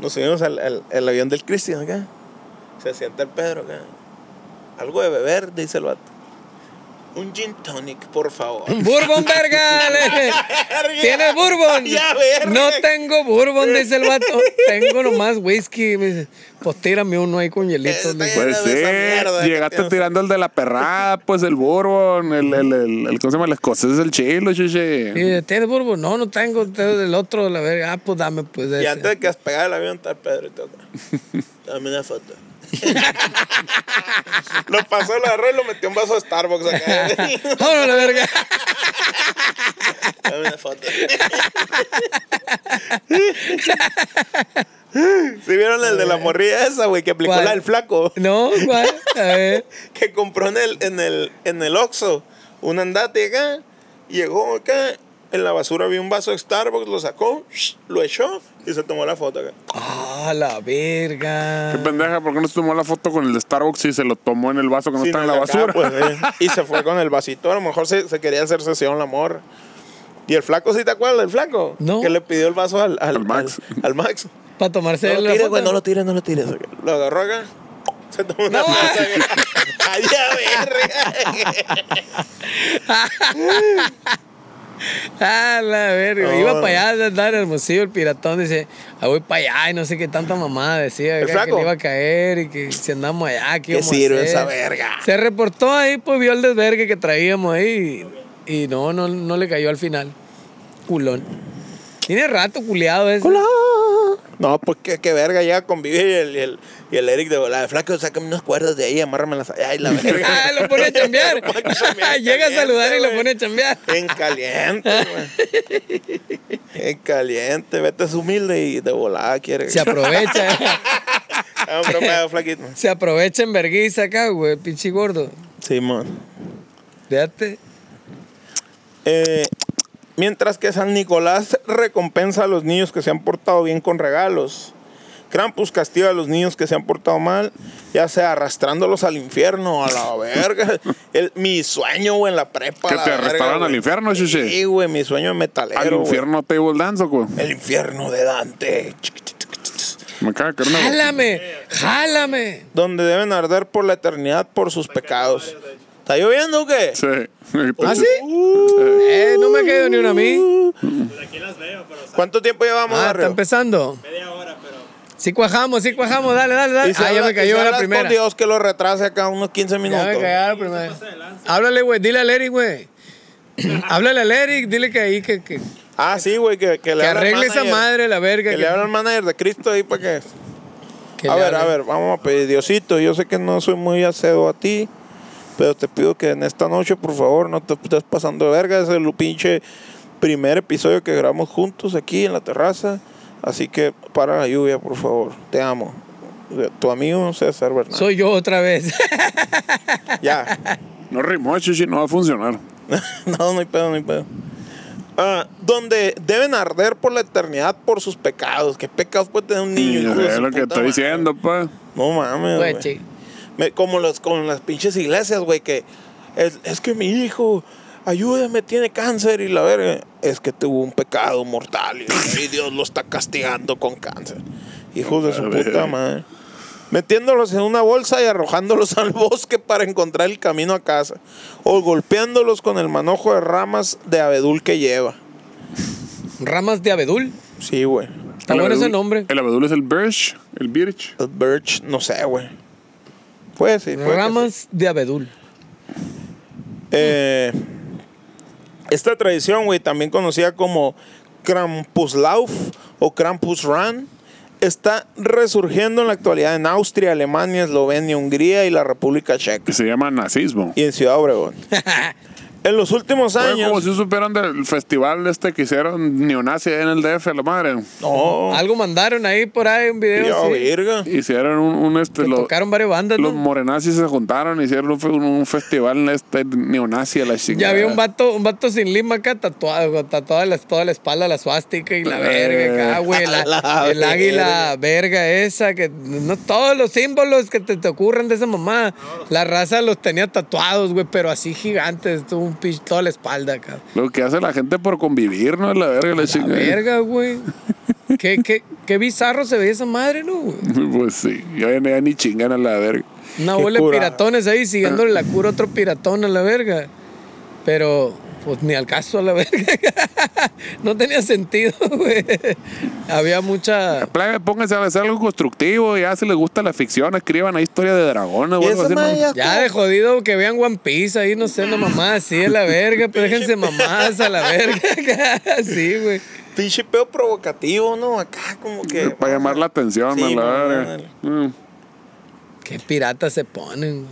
Nos subimos al, al- al avión del Cristian acá. Se sienta el Pedro acá. Algo de beber, dice el vato. Un gin tonic, por favor. Un Bourbon, verga. <laughs> le- ¿Tiene bourbon? Ya, verga. No tengo bourbon, dice el vato. <laughs> Tengo nomás whisky. Me dice, pues tírame uno ahí con hielito. Está le- bien. Pues Era de esa mierda sí, que llegaste tienes. tirando el de la perrada, pues el bourbon, el, el, el, el- ¿cómo se llama? El escocés, el chilo, chiche. Y dice, ¿Tienes bourbon? No, no tengo. Tengo el otro, la verga. Ah, pues dame, pues. Y ese. antes de que pegara el avión, está el Pedrito acá. Dame una foto. lo pasó, lo agarró y lo metió en un vaso de Starbucks acá. Vámonos, la verga. <laughs> Dame una foto. ¿Sí vieron el de la morrilla esa, güey? Que aplicó ¿Cuál? la del flaco. No, ¿cuál? A ver. Que compró en el, en el, en el Oxxo un andate acá. Llegó acá. En la basura vio un vaso de Starbucks, lo sacó, lo echó y se tomó la foto acá. Ah, la verga. Qué pendeja, ¿por qué no se tomó la foto con el de Starbucks y se lo tomó en el vaso que no Sí, está en la no, acá, basura? <laughs> pues, eh. y se fue con el vasito. A lo mejor se, se quería hacer sesión la morra. Y el flaco, ¿sí te acuerdas del flaco? No. Que le pidió el vaso al, al- Al Max. Al, al <laughs> Max. Para tomarse No lo la tires, foto. güey, no lo tires, no lo tires. Lo agarró acá. Se tomó una No. foto <laughs> <laughs> acá. Ay, ya, verga. Ah, la verga. No, Iba no. para allá a andar hermosillo el piratón. Dice, ah, voy para allá y no sé qué tanta mamada decía. acá, que flaco? le iba a caer y que si andamos allá, que ¿Qué íbamos a sirve hacer? esa verga? Se reportó ahí, pues vio el desvergue que traíamos ahí y, y no, no, no le cayó al final. Culón. Tiene rato culeado ese. No, pues qué, qué verga, ya convive y el, y el, y el Eric de volada. Flaco, sácame unas cuerdas de ahí, amárramelas. Ay, la verga. <laughs> Ah, lo pone a chambear. <laughs> Lo pone a chambear, <laughs> Llega a saludar y lo güey. pone a chambear. En caliente, güey. En caliente. Vete es humilde y de volada quiere. Se aprovecha. <laughs> Ah, broma, flaquito. Se aprovecha en vergüenza acá, güey, pinche gordo. Simón. Fíjate. Eh, mientras que San Nicolás recompensa a los niños que se han portado bien con regalos. Krampus castiga a los niños que se han portado mal, ya sea arrastrándolos al infierno, a la verga. <laughs> El- mi sueño, güey, en la prepa. ¿Que la te verga, arrastraran güey. al infierno, chuche? Sí, güey, mi sueño de metalero. Al güey. infierno table dance, güey. El infierno de Dante. Me caga que era una. Jálame, jálame. Donde deben arder por la eternidad por sus pecados. ¿Está lloviendo o qué? <laughs> Sí. ¿Ah, sí? Eh, no me ha caído ni uno a mí. ¿Cuánto tiempo llevamos, Ah, está Uh. Barrio? empezando. Media hora, pero. Sí cuajamos, sí cuajamos, dale, dale, <laughs> dale. Y <laughs> si Ah, ya hablas- y me si cayó la hablas primera. Con Dios que lo retrase acá unos 15 Ya me minutos. cayó la primera. Háblale, güey, dile al Eric, güey. <clears throat> Háblale al Eric, dile que ahí, que, que, Ah, sí, güey, que, que le hable que al arregle esa manager. madre, la verga. Que le hable al manager de Cristo ahí para que. que a le ver, a hable. ver, vamos a pedir. Diosito, yo sé que no soy muy acedo a ti, pero te pido que en esta noche, por favor, no te estés pasando de verga. Ese es el pinche primer episodio que grabamos juntos aquí en la terraza. Así que para la lluvia, por favor. Te amo. Tu amigo César Bernal. Soy yo otra <laughs> vez. <laughs> Ya. No rimó, chuche, no va a funcionar. <laughs> no, no hay pedo, no hay pedo. Ah, donde deben arder por la eternidad por sus pecados. ¿Qué pecados puede tener un niño? Y hijo de es su lo que puta estoy madre? diciendo, pues. pa. No mames, Güey, güey. chico. Me- como, los, como las pinches iglesias, güey, que es, es que mi hijo, ayúdame, tiene cáncer y la verga. Es que tuvo un pecado mortal y, y Dios lo está castigando con cáncer. Hijos de su puta madre. Metiéndolos en una bolsa y arrojándolos <laughs> al bosque para encontrar el camino a casa. O golpeándolos con el manojo de ramas de abedul que lleva. Ramas de abedul. Sí, güey. Está El bueno ese abedul- nombre. El abedul es el birch. El birch. El birch, no sé, güey. Pues sí. puede que sí. Ramas de abedul. Eh, esta tradición, güey, también conocida como Krampuslauf o Krampusrun, está resurgiendo en la actualidad en Austria, Alemania, Eslovenia, Hungría y la República Checa. Que se llama nazismo. Y en Ciudad Obregón. en los últimos Oye, como años. si supieran del festival este que hicieron neonazi ahí en el DF, la madre. No, Algo mandaron ahí por ahí un video. Oh. yo, así. virga. Hicieron un, un, este. Que lo- tocaron varias bandas, Los ¿no? morenazis se juntaron, hicieron un, fe- un- un festival este neonazi a la chingada. Ya había un vato, un vato sin lima acá tatuado, con tatuada la, toda la espalda, la suástica y la Eh. verga acá, güey. la- <laughs> La el verga. águila verga esa, que no todos los símbolos que te, te ocurran de esa mamá. La raza los tenía tatuados, güey, pero así gigantes, tuvo un pinche toda la espalda acá. Lo que hace la gente por convivir, ¿no? La verga, la La chingada. Eh. verga, güey. qué, qué, qué bizarro se ve esa madre, ¿no, güey? <laughs> Pues sí, ya, ya ni chingan a la verga. Una Qué bola de cura. piratones ahí siguiéndole la cura a otro piratón a la verga. Pero, pues ni al caso a la verga. <laughs> no tenía sentido, <laughs> güey. Había mucha. Plaga, pónganse a hacer algo constructivo, ya si les gusta la ficción, escriban ahí historia de dragones o Y algo esa así. ¿no? madre ya- Ya de jodido que vean One Piece ahí, no sé, una mamá así a la verga. Pero déjense mamás a la verga. <laughs> sí, güey. Pinche peo provocativo, ¿no? Acá como que. Para llamar la atención, Sí, a la no, verga. ándale. Mm. Qué piratas se ponen,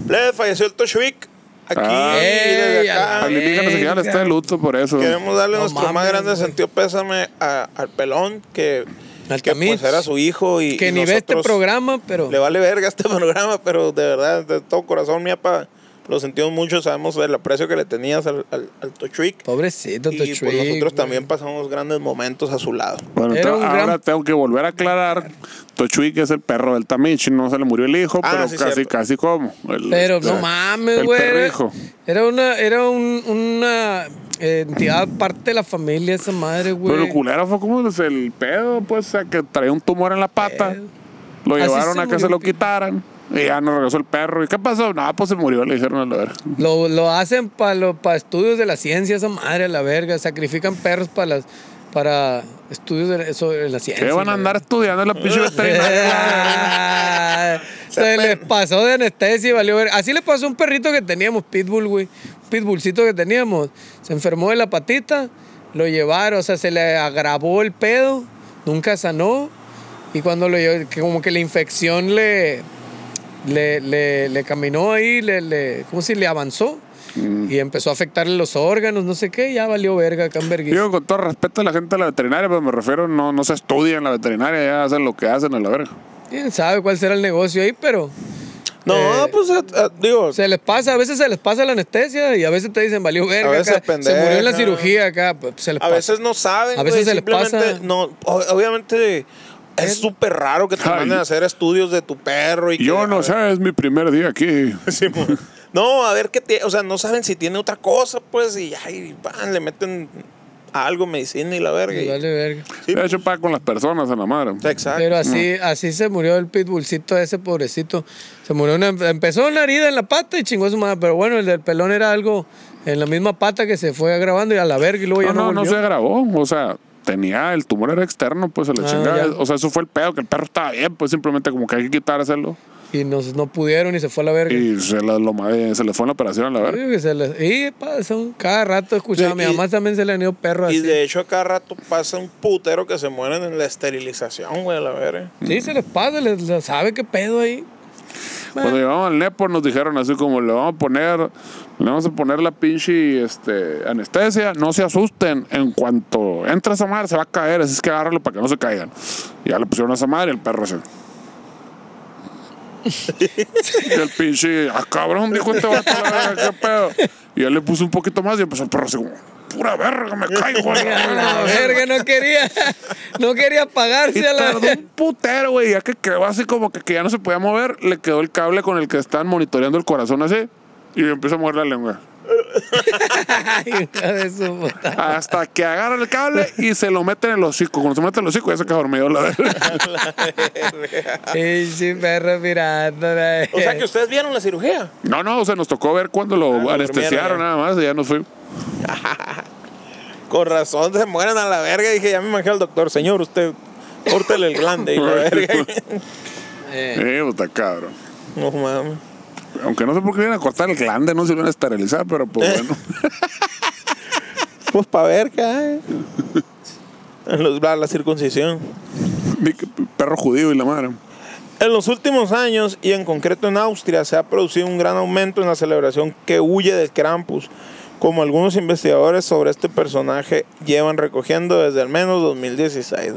güey. Le falleció el Toshvik. Aquí, Ah. desde Ey, a la acá. verga. Alienígenas que ya le está de luto por eso. Queremos darle No nuestro más mames, grande güey. sentido pésame a- al pelón que, Al que Camich. pues era su hijo y Que y ni ve este nosotros- programa, pero. Le vale verga este <laughs> programa, pero de verdad, de todo corazón, mi apa, lo sentimos mucho, sabemos el aprecio que le tenías al, al, al Tochuic, Pobrecito, Y Tochuí, pues nosotros güey. también pasamos grandes momentos a su lado. Bueno, Era te- un ahora gran- tengo que volver a aclarar. Tochui, que es el perro del Tamichi, no se le murió el hijo, Ah, pero sí, casi, cierto. casi como. El- Pero este, no mames, el güey. Era, perrijo. era una, era un- una eh, entidad parte de la familia esa madre, Pero el güey. culero fue como pues, el pedo, pues, o sea, que traía un tumor en la pata. Pedo. Lo Así llevaron se a que se murió, lo pi- quitaran. Y ya nos regresó el perro. ¿Y qué pasó? Nada, pues se murió, le dijeron a la verga. Lo, lo hacen para pa estudios de la ciencia, esa madre, a la verga. Sacrifican perros para las para estudios de, sobre la ciencia. ¿Qué van a la andar estudiando la <laughs> pinche veterinaria? Ah, <laughs> Se les pasó de anestesia y valió ver. Así le pasó a un perrito que teníamos, pitbull, güey. Un pitbullcito que teníamos. Se enfermó de la patita, lo llevaron, o sea, se le agravó el pedo, nunca sanó. Y cuando lo llevó, que como que la infección le, le, le, le caminó ahí, le, le, ¿cómo si le avanzó? Y empezó a afectarle los órganos, no sé qué, y ya valió verga, acá en verguiza. Digo, con todo respeto a la gente de la veterinaria, pero me refiero, no, no se estudia en la veterinaria, ya hacen lo que hacen a la verga. Quién sabe cuál será el negocio ahí, pero. No, eh, pues a- a- digo, Se les pasa, a veces se les pasa la anestesia y a veces te dicen valió verga. A veces acá, se pendeja. murió en la cirugía acá, pues, se les a pasa. veces no saben. A veces güey, se les simplemente pasa. No, o- obviamente es súper raro que te Ay. manden a hacer estudios de tu perro y Yo que, no a sé, es mi primer día aquí. <laughs> Simón. No, a ver qué tiene. O sea, no saben si tiene otra cosa, pues, y ay, van, le meten algo, medicina y la verga. Y y- vale verga. Sí. De hecho, para con las personas a la madre. O sea, Exacto. Pero así, así se murió el pitbullcito ese pobrecito. Se murió una, empezó una herida en la pata y chingó a su madre. Pero bueno, el del pelón era algo en la misma pata que se fue agravando y a la verga y luego No, ya no, no, no volvió. se grabó. O sea, tenía el tumor era externo, pues se le Ah, chingaba. ya. O sea, eso fue el pedo, que el perro estaba bien, pues simplemente como que hay que quitárselo. Y no, no pudieron y se fue a la verga. Y, Y se le, lo madre- se le fue en la operación a la verga. que se les- y pasa un- cada rato escuchaba. Sí, a mi y- mamá también se le han ido perros Y así. de hecho, a cada rato pasa un putero que se mueren en la esterilización, güey, a la <laughs> verga. Sí, se les pasa, les, les sabe qué pedo ahí. Cuando llegamos al Nepo nos dijeron así como le vamos a poner, le vamos a poner la pinche este, anestesia, no se asusten, en cuanto entra esa madre se va a caer, así es que agárralo para que no se caigan. Y ya le pusieron a esa madre y el perro así. y el pinche, ah cabrón, dijo este vato, la verga, qué pedo. Y ya le puse un poquito más y empezó el perro así como, pura verga, me caigo. a la <laughs> A <laughs> la verga". verga, no quería, no quería Y pagarse a la tardó <laughs> verga. un putero, güey. Ya que quedó así como que, que ya no se podía mover, le quedó el cable con el que están monitoreando el corazón así. Y empezó a mover la lengua. Hija de su puta. Hasta que agarra el cable y se lo mete en el hocico. Cuando se mete en el hocico, ya se queda dormido. La <laughs> verga. Pinche perro mirando. la O sea, que verga. ustedes vieron la cirugía. no, no, o sea, nos tocó ver cuando Ah, lo lo anestesiaron durmieron ya. nada más. Y ya nos fuimos. Con razón se mueren a la verga. Dije, ya me imagino al doctor, señor, usted córtele el glande y la verga. Eh, Eh, puta cabrón. No mames. Aunque no sé por qué iban a cortar el glande, no se lo iban a esterilizar, pero pues Eh. bueno. <laughs> Pues para ver qué hay. En los- la- la circuncisión. Vi que perro judío y la madre. En los últimos años, y en concreto en Austria, se ha producido un gran aumento en la celebración que huye del Krampus, como algunos investigadores sobre este personaje llevan recogiendo desde al menos 2016.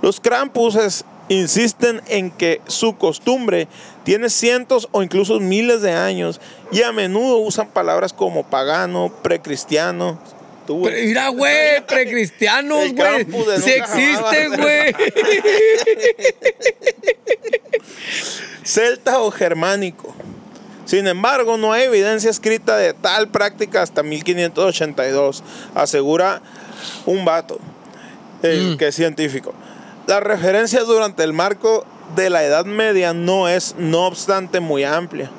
Los Krampuses insisten en que su costumbre tiene cientos o incluso miles de años y a menudo usan palabras como pagano, precristiano. Tú, pero mira, <laughs> güey, precristianos, El güey. campus de Si nunca existe, jamás. güey. celta o germánico. Sin embargo, no hay evidencia escrita de tal práctica hasta 1582, asegura un vato, el que es científico. Las referencias durante el marco de la Edad Media no es, no obstante, muy amplia.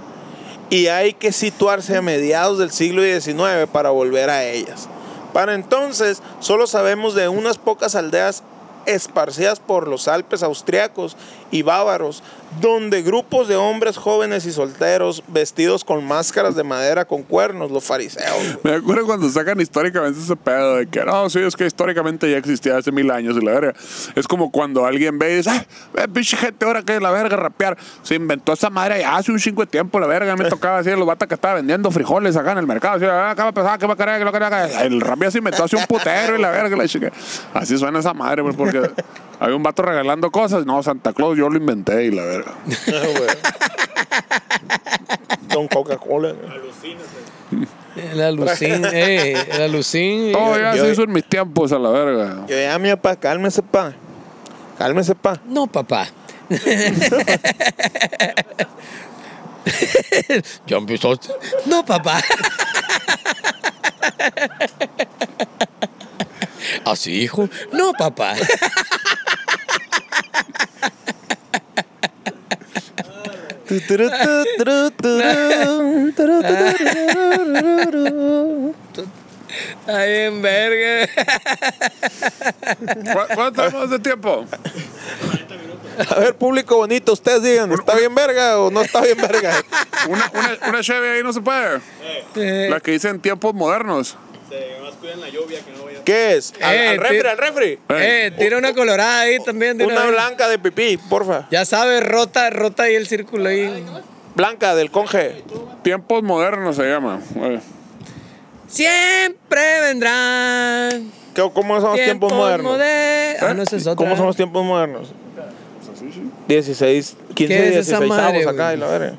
Y hay que situarse a mediados del siglo XIX para volver a ellas. Para entonces, solo sabemos de unas pocas aldeas esparcidas por los Alpes austriacos y bávaros, donde grupos de hombres jóvenes y solteros vestidos con máscaras de madera con cuernos, los fariseos. güey. Me acuerdo cuando sacan históricamente ese pedo de que no, sí, es que históricamente ya existía hace mil años y la verga. Es como cuando alguien ve y dice, ah, eh, pinche gente, ahora que la verga rapear. Se inventó esa madre ya hace un chingo de tiempo, la verga. Eh. Me tocaba así, los vatos que estaba vendiendo frijoles acá en el mercado. Así, ah, acá va a pasar, que va a querer, que lo querer. acá. El rap ya se inventó hace un putero y la verga, la chica. Así suena esa madre, güey, porque había un vato regalando cosas. No, Santa Claus, yo lo inventé y la verga. <laughs> Don Coca-Cola. güey. La <laughs> lucín, eh. La lucín. Todo ya yo- se hizo en mis tiempos a la verga. Yo ya, mi papá, cálmese, pa. Cálmese, pa. No, <laughs> papá. ¿Ya empezaste? No, <laughs> papá. Ah, ¿Así, hijo? No, papá. <laughs> Está bien, verga. ¿Cu- <laughs> ¿Cuánto tenemos de tiempo? A ver, público bonito, ustedes digan, ¿está bien verga o no está bien <laughs> verga? Una, una, una Chevy ahí no se puede. Eh, La que dicen tiempos modernos. ¿Qué es? Al, Eh, al refri, ti- al refri. eh, tira una colorada ahí también. de Una vez. blanca de pipí, porfa. Ya sabes, rota, rota ahí el círculo ahí. Blanca del conge. Tiempos modernos se llama. Eh, Siempre vendrán ¿Qué- ¿Cómo son los tiempos modernos? ¿Eh? moder- Ah, no, esa es otra. ¿Cómo son los tiempos modernos? 16, 15, ¿Qué es 16 esa madre, avos acá güey? y la verga.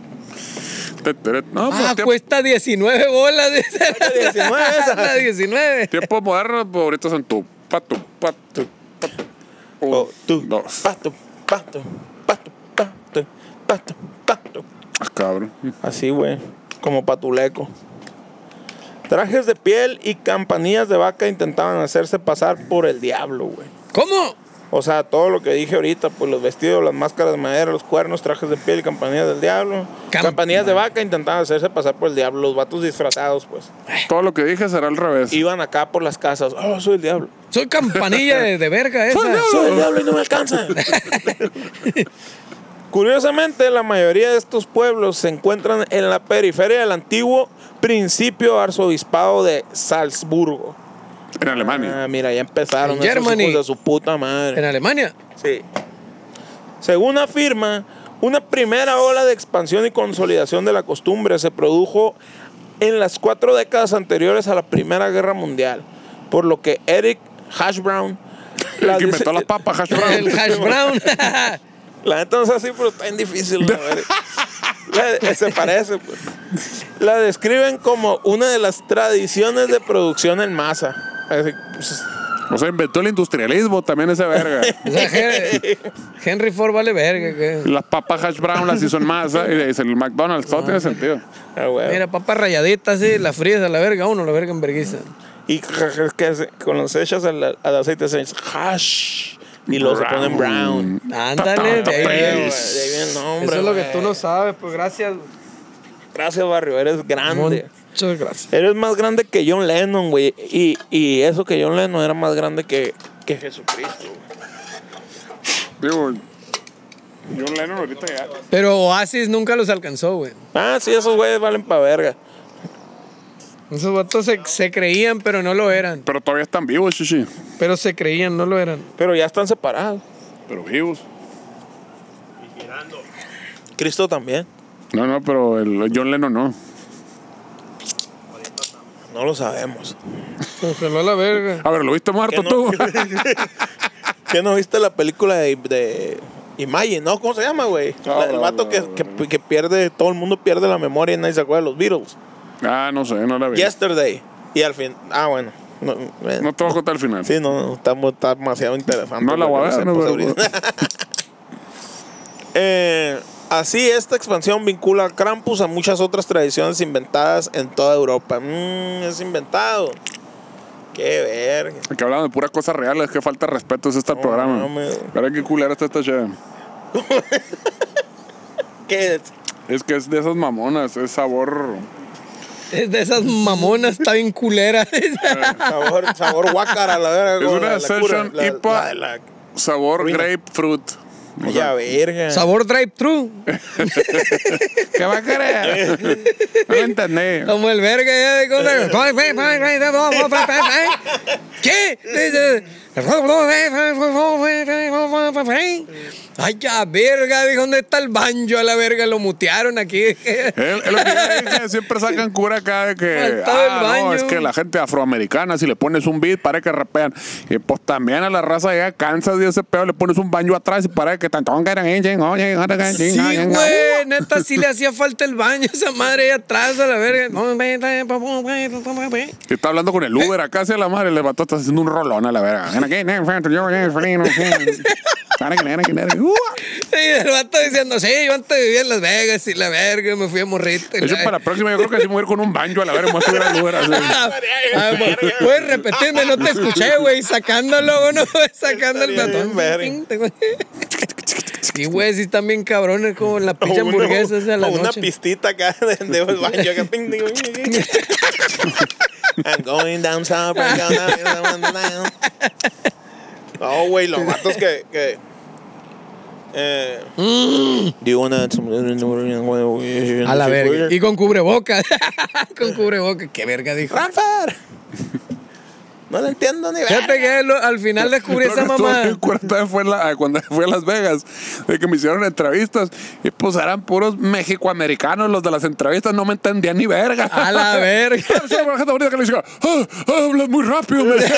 te- te- No, pues Ah, tiemp- cuesta 19 bolas. dice. 19 <laughs> esa. Anda, 19. tiempos modernos pues, ahorita son tu pato, pato, pato. Oh, tú, dos. pato, pato, pato, pato, pato, pato. Ah, cabrón. Así, güey, como patuleco. Trajes de piel y campanillas de vaca intentaban hacerse pasar por el diablo, güey. ¿Cómo? O sea, todo lo que dije ahorita, pues los vestidos, las máscaras de madera, los cuernos, trajes de piel, campanillas del diablo. Cam- campanillas de vaca intentaban hacerse pasar por el diablo. Los vatos disfrazados, pues. Todo lo que dije será al revés. Iban acá por las casas. Oh, soy el diablo. Soy campanilla de, de verga esa. Soy el diablo y no me alcanza. <laughs> Curiosamente, la mayoría de estos pueblos se encuentran en la periferia del antiguo principio arzobispado de Salzburgo. En Alemania. Ah, mira, ya empezaron En esos Germany. hijos de su puta madre. En Alemania. Sí. Según afirma, una primera ola de expansión y consolidación de la costumbre se produjo en las cuatro décadas anteriores a la Primera Guerra Mundial, por lo que Eric Hash Brown. <laughs> El que inventó las papas, hash brown. El hash brown. La neta no es así, pero está bien difícil. la verga. La- se parece. pues. La describen como una de las tradiciones de producción en masa. Así, pues, O sea, inventó el industrialismo también esa verga. <laughs> O sea, Hen- Henry Ford vale verga. que- Las papas hash brown las hizo en masa y es el McDonald's. Todo tiene sentido. ah, güey. Mira, papas rayaditas así, las frías a la verga uno, la verga en verguiza. Y que se- con los hechas al, al aceite se dice hash. Y luego se ponen brown. Ándale, de Ahí viene, güey, ahí viene. de ahí viene el nombre, Eso es lo que güey. tú no sabes, pues gracias. Gracias, barrio. Eres grande. Muchas gracias. Eres más grande que John Lennon, güey. Y, y eso que John Lennon era más grande que, que Jesucristo, güey. Digo, John Lennon ahorita ya. Pero Oasis nunca los alcanzó, güey. Ah, sí, esos güeyes valen pa' verga. Esos vatos se, se creían, pero no lo eran. Pero todavía están vivos, chichi. Pero se creían, no lo eran. Pero ya están separados. Pero vivos. Cristo también. No, no, pero el John Lennon no. No lo sabemos. Congeló la verga. A ver, ¿lo viste muerto Que tú? no- <laughs> ¿Qué no viste la película de, de Imagine, no? ¿Cómo se llama, güey? No, La- el no, vato no, que, no. que- que pierde, todo el mundo pierde la memoria y nadie se acuerda de los Beatles. ah, no sé, no la vi. Yesterday. Y al fin, ah, bueno. No, eh, No te voy a contar el final. Sí, no, no, está, mu- está demasiado interesante. No la voy a porque ver, no no sé, la pues, ahorita. <laughs> Eh, así, esta expansión vincula a Krampus a muchas otras tradiciones inventadas en toda Europa. Mm, es inventado. Qué verga. Que hablamos de puras cosas reales, que falta de respeto es este No, programa. no, me- Ahora qué culera está esta chava. ¿Qué es? Es que es de esas mamonas, es sabor. Es de esas mamonas, está bien culera. Sabor, <laughs> sabor guácara, la verga. Es como una la- la cura, session la- IPA. la de la- Sabor Ruina. grapefruit. O sea, Ya, verga. Sabor drive-thru. ¿Qué va a querer? no lo entendí. Como el verga ya de ¿eh? ¿Qué? Ay, ya, verga, dijo, ¿dónde está el banjo? A la verga, lo mutearon aquí. Es- es lo que yo dije, siempre sacan cura acá de que. Faltaba el ah, no, baño". es que la gente afroamericana, si le pones un beat, para que rapean. Y pues también a la raza llega cansas de ese pedo, le pones un baño atrás y para que tantón Sí, güey, neta, sí le hacía falta el baño a esa madre ahí atrás, a la verga. Y está hablando con el Eh. Uber acá hacia la madre, el vato está haciendo un rolón a la verga. De Y el vato diciendo, sí, yo antes vivía en Las Vegas y la verga, me fui a morrita. y hecho, la- para la próxima yo creo que sí me voy a ir con un banjo a la verga, me voy a subir al Uber así. <laughs> Ah, bueno, Puedes repetirme, no <laughs> te escuché, güey. Sacándolo, ¿no? Sacando el Estaría bien, platón. verga. Sí, güey, sí están bien cabrones como la pinche O uno- hamburguesa esa de la o una noche. pistita acá de, <laughs> de baño. Acá, ping, ding, ding, ding. I'm going down south. I'm going down, down, down. No, güey, los vatos que... que eh, do you wanna- A la verga. Y con cubrebocas. <laughs> con cubrebocas. Qué verga dijo. Ah. Ramfer. No lo entiendo ni Fíjate que lo- al final descubrí Lo que esa estuvo mamá. bien cura también fue la- eh, cuando fui a Las Vegas, de que me hicieron entrevistas. Y pues eran puros mexicoamericanos los de las entrevistas, no me entendían ni verga. A la verga. Pero sí, había gente bonita que le decía, "Ah, ah, hablas muy rápido. me decía.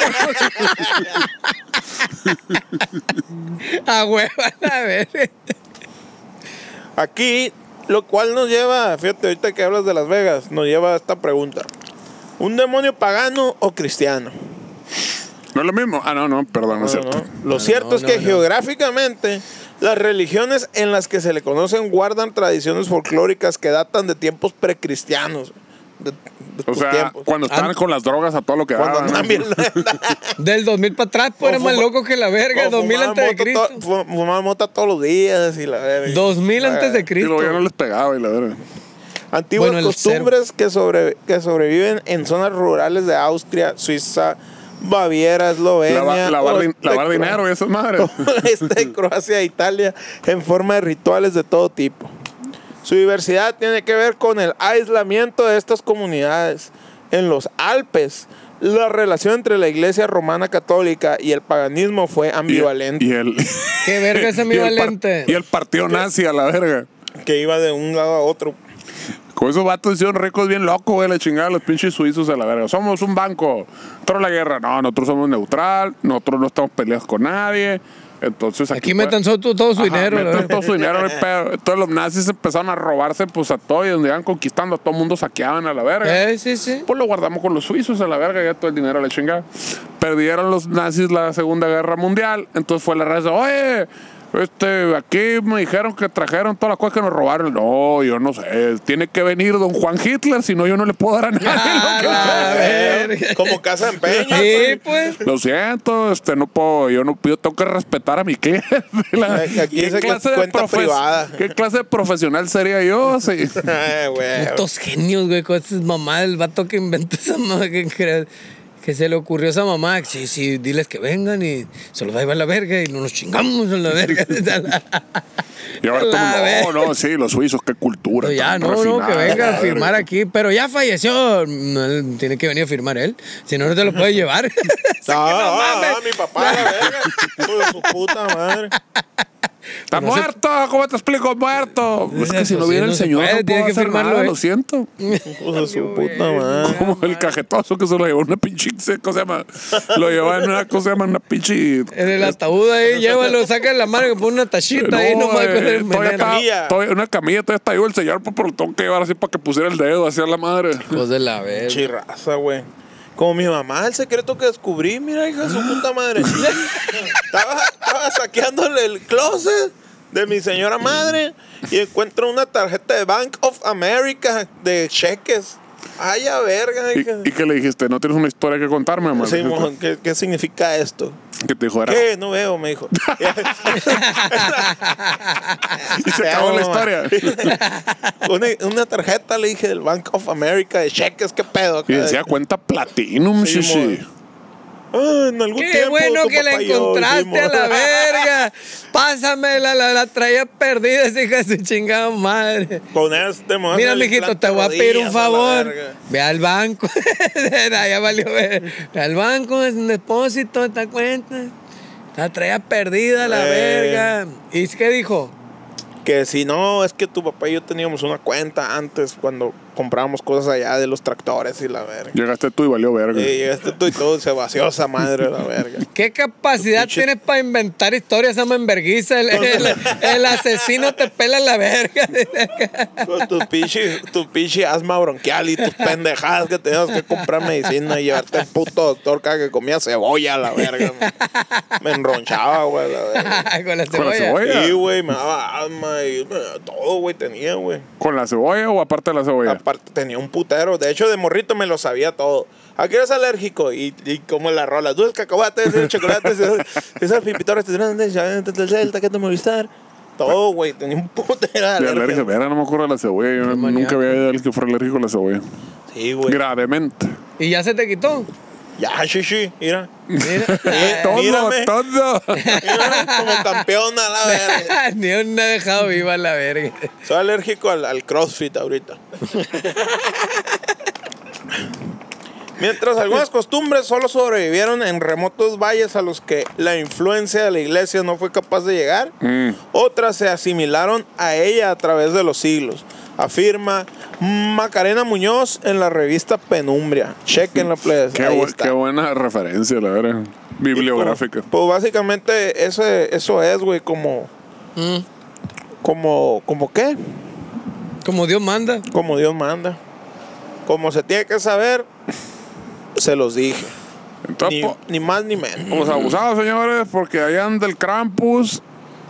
A huevo, a la verga. Aquí, lo cual nos lleva, fíjate, ahorita que hablas de Las Vegas, nos lleva a esta pregunta. ¿Un demonio pagano o cristiano? no es lo mismo. Ah, no, no, perdón, no es No, cierto. no. Lo cierto no, es que no. geográficamente las religiones en las que se le conocen guardan tradiciones folclóricas que datan de tiempos precristianos. De, de O tus sea, tiempos. cuando estaban Ah. con las drogas a todo lo que Cuando daban. ¿no? andaban bien- <laughs> Del 2000 para atrás, pues era Cuando más fuma- loco que la verga. cuando 2000 fumaban antes de mota to- Cristo. fu- Fumaban mota todos los días y la verga. 2000 antes de Y luego ya no Cristo. les pegaba y la verdad. Antiguas Bueno, el costumbres que, sobre, que sobreviven en zonas rurales de Austria, Suiza, Baviera, Eslovenia. Lavar, lavar, din- oeste- lavar dinero y esas <laughs> madres. Oeste, Croacia e Italia en forma de rituales de todo tipo. Su diversidad tiene que ver con el aislamiento de estas comunidades. En los Alpes, la relación entre la iglesia romana católica y el paganismo fue ambivalente. Y el, Qué verga <laughs> es y el par- ambivalente. y el partido nazi a la verga. Que iba de un lado a otro. Con esos vatos hicieron ricos bien locos, güey, la chingada, los pinches suizos a la verga. Somos un banco, nosotros la guerra, no, nosotros somos neutral, nosotros no estamos peleados con nadie. Entonces aquí, Aquí puede- metan so- todo su Ajá, dinero. la metan verga. todo su dinero, no hay pedo. Entonces los nazis empezaron a robarse pues a todo y donde iban conquistando a todo mundo saqueaban a la verga. Eh, sí, sí. Pues lo guardamos con los suizos a la verga, ya todo el dinero a la chingada. Perdieron los nazis la Segunda Guerra Mundial, entonces fue la raza, oye, este, aquí me dijeron que trajeron todas las cosas que nos robaron. No, yo no sé, tiene que venir don Juan Hitler, si no yo no le puedo dar a nadie. lo que- A ver. Como casa en Peña. Sí, pues. Lo siento, este, no puedo, yo no yo tengo que respetar a mi cliente. <laughs> La- Aquí dice que cuenta profes- privada. ¿Qué clase de profesional sería yo? Sí. pues. Ay, güey. Estos genios, güey, con esas mamadas, el vato que inventó esa mamá que, crea- que se le ocurrió a esa mamá. Sí, sí, diles que vengan y se los va a llevar la verga y no nos chingamos en <laughs> la verga. Y ahora todo <laughs> La el mundo, verga. no, no, sí, los suizos, qué cultura. Pero ya, tan no, no, que refinada, venga a la firmar verga. aquí. Pero ya falleció. No, él tiene que venir a firmar él. Si no, no te lo puedes llevar. <laughs> Así que No, no no, mames. no, mi papá, la <laughs> verga. Hijo de su puta madre. ¡Está muerto! ¿Cómo te explico? ¡Muerto! Es que si eso no sí, viene no el se señor, puede, no tiene puedo que hacer firmarlo, nada, eh. lo siento. Hijo de su puta madre. Como el cajetazo que se lo llevó en una pinche, cosa se llama? Lo llevaba en una, cosa se llama? Una pinche... En el ataúd ahí, llévalo, saca la mano que pone una tachita ahí No, nomás eh, con el todavía veneno. Camilla. estaba- todavía- una camilla todavía está vivo el señor, pues, pero lo tengo que llevar así para que pusiera el dedo hacia la madre. Hijos de la verga. Chirraza, güey. Como mi mamá, el secreto que descubrí, mira, hija de su puta madre. estaba, estaba saqueándole el closet de mi señora madre y encuentro una tarjeta de Bank of America de cheques. Ay, a verga, ¿Y, hija. y qué le dijiste? ¿No tienes una historia que contarme, mamá? Sí, mojón, ¿qué, ¿Qué significa esto? que te dijo, era... ¿Qué? No veo, <laughs> me dijo. Y se Te acabó amo, la mamá. historia. <laughs> una, una tarjeta le dije del Bank of America de cheques, qué pedo. Y decía, cuenta Platinum, sí, Sí, sí. Ah, en algún Qué tiempo, bueno tu que la papá y yo encontraste a hicimos- <laughs> la verga. Pásamela, la, la traía perdida, esa hija de su chingada madre. Con este me vas Mira, a dar el mijito, plan te voy a rodillas, pedir la un favor. verga. Ve al banco. <laughs> ya valió ver. Ve al banco, es un depósito, esta cuenta. La traía perdida, la Eh. verga. ¿Y qué dijo? Que si no, es que tu papá y yo teníamos una cuenta antes cuando comprábamos cosas allá de los tractores y la verga. Llegaste tú y valió verga. Y llegaste tú y todo se vació esa madre, la verga. ¿Qué capacidad Pinche- tienes para inventar historias, esa menverguiza? El, el- el asesino te pela la verga. Con <laughs> Pues tu pinche, tu pinche asma bronquial y tus pendejadas que tenías que comprar medicina y llevarte al puto doctor cada que comía cebolla, la verga. Me enronchaba, güey, la verga. Ah, Con la ¿Con la cebolla. cebolla? Sí, güey, me daba asma y eh, todo, güey, tenía, güey. ¿Con la cebolla o aparte de la cebolla? Aparte tenía un putero. De hecho, de morrito me lo sabía todo. ¿A qué eres alérgico? Y, y como la <laughs> rola. Dulce cacahuates, dulce chocolates, esas pipitoras te traen de- de- de- de- de- Delta, que te movistar. todo, güey. Tenía un putero de De alergia, alergia. verga, no me ocurre la cebolla. Yo maníaco. nunca había ido a alguien que fuera alérgico a la cebolla. Sí, Pues, güey. Gravemente. ¿Y ya se te quitó? Ya, sí, sí, mira. <laughs> Mira. <laughs> eh, Todo, mírame. <laughs> todo. Mira, como campeona, la verga. Ni una ha dejado viva la verga. Soy alérgico al, al CrossFit ahorita. Mientras algunas costumbres solo sobrevivieron en remotos valles a los que la influencia de la iglesia no fue capaz de llegar, Mm. otras se asimilaron a ella a través de los siglos, afirma Macarena Muñoz en la revista Penumbria. Chequen la playa. Qué, bu- qué buena referencia, la verdad. Bibliográfica. Pues, básicamente ese, eso es, güey, como... Mm. Como, como qué? Como Dios manda. Como Dios manda. Como se tiene que saber, se los dije. Ni, Entonces, po- ni más ni menos. pues abusados, señores, porque ahí anda el Krampus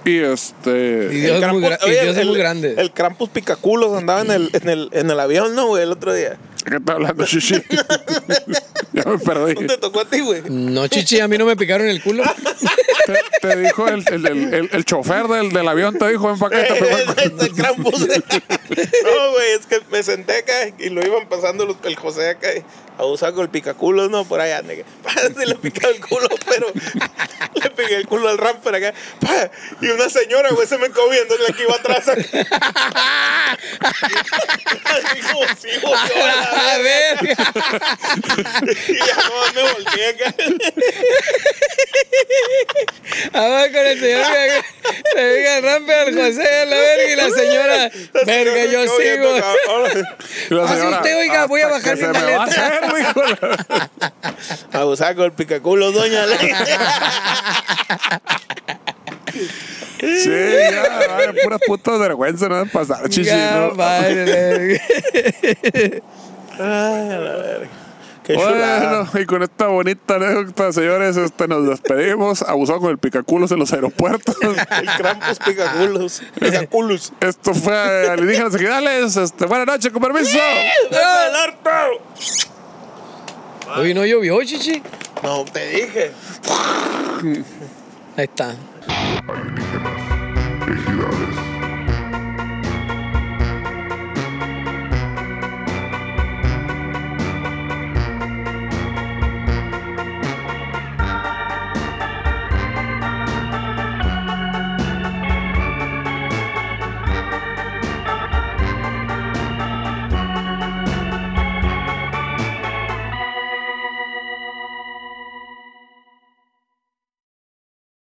y Y este. Dios, El es muy, Krampus- gra- y oye, Dios es el- muy grande. El Krampus picaculos andaba en el, en el, en el avión, ¿no, güey? El otro día. ¿Qué está hablando, Shishi? <laughs> ya me perdí. ¿Dónde te tocó a ti, güey? No, chichi, a mí no me picaron <laughs> el culo. <laughs> Te, te dijo el, el, el, el- el chofer del, del avión, te dijo, ven para <laughs> acá. te pego el cu-". El Krampus. <laughs> no, güey, es que me senté acá y lo iban pasando los- el José acá y abusaba con el picaculos, ¿no? Por allá. nigga. <laughs> Pa, Se le picaba el culo, pero <laughs> le pegué el culo al ramper acá. pa, y una señora, güey, se me quedó viendo la que iba atrás. acá. <laughs> Así como si yo, yo, a a la verga. ver. Y ya no me volteé acá. A ver con el señor que- que diga rampe al José, a la verga y la señora. <laughs> La señora Verga, se yo quedó viendo sigo. acá. Ahora, Y la Pase señora, Ah, usted, oiga, voy a "Hasta bajar que mi se me va a maleta". hacer, dijo la- Abusaba con el picaculo, doña. <laughs> Sí, ya, vaya, puras putas vergüenza, no pasar, Shishi. Ya, ¿no? vale, la verga. Ay, a la verga. Qué chulada. Bueno, y con esta bonita anécdota, señores, este, nos despedimos. Abusado con el picaculos en los aeropuertos. El Krampus picaculos. Picaculos. Esto fue Alienígenas Ejidales. Este, buenas noches, con permiso. ¡Del orto! Hoy no llovió, chichi. No, te dije. Ahí está. Alienígenas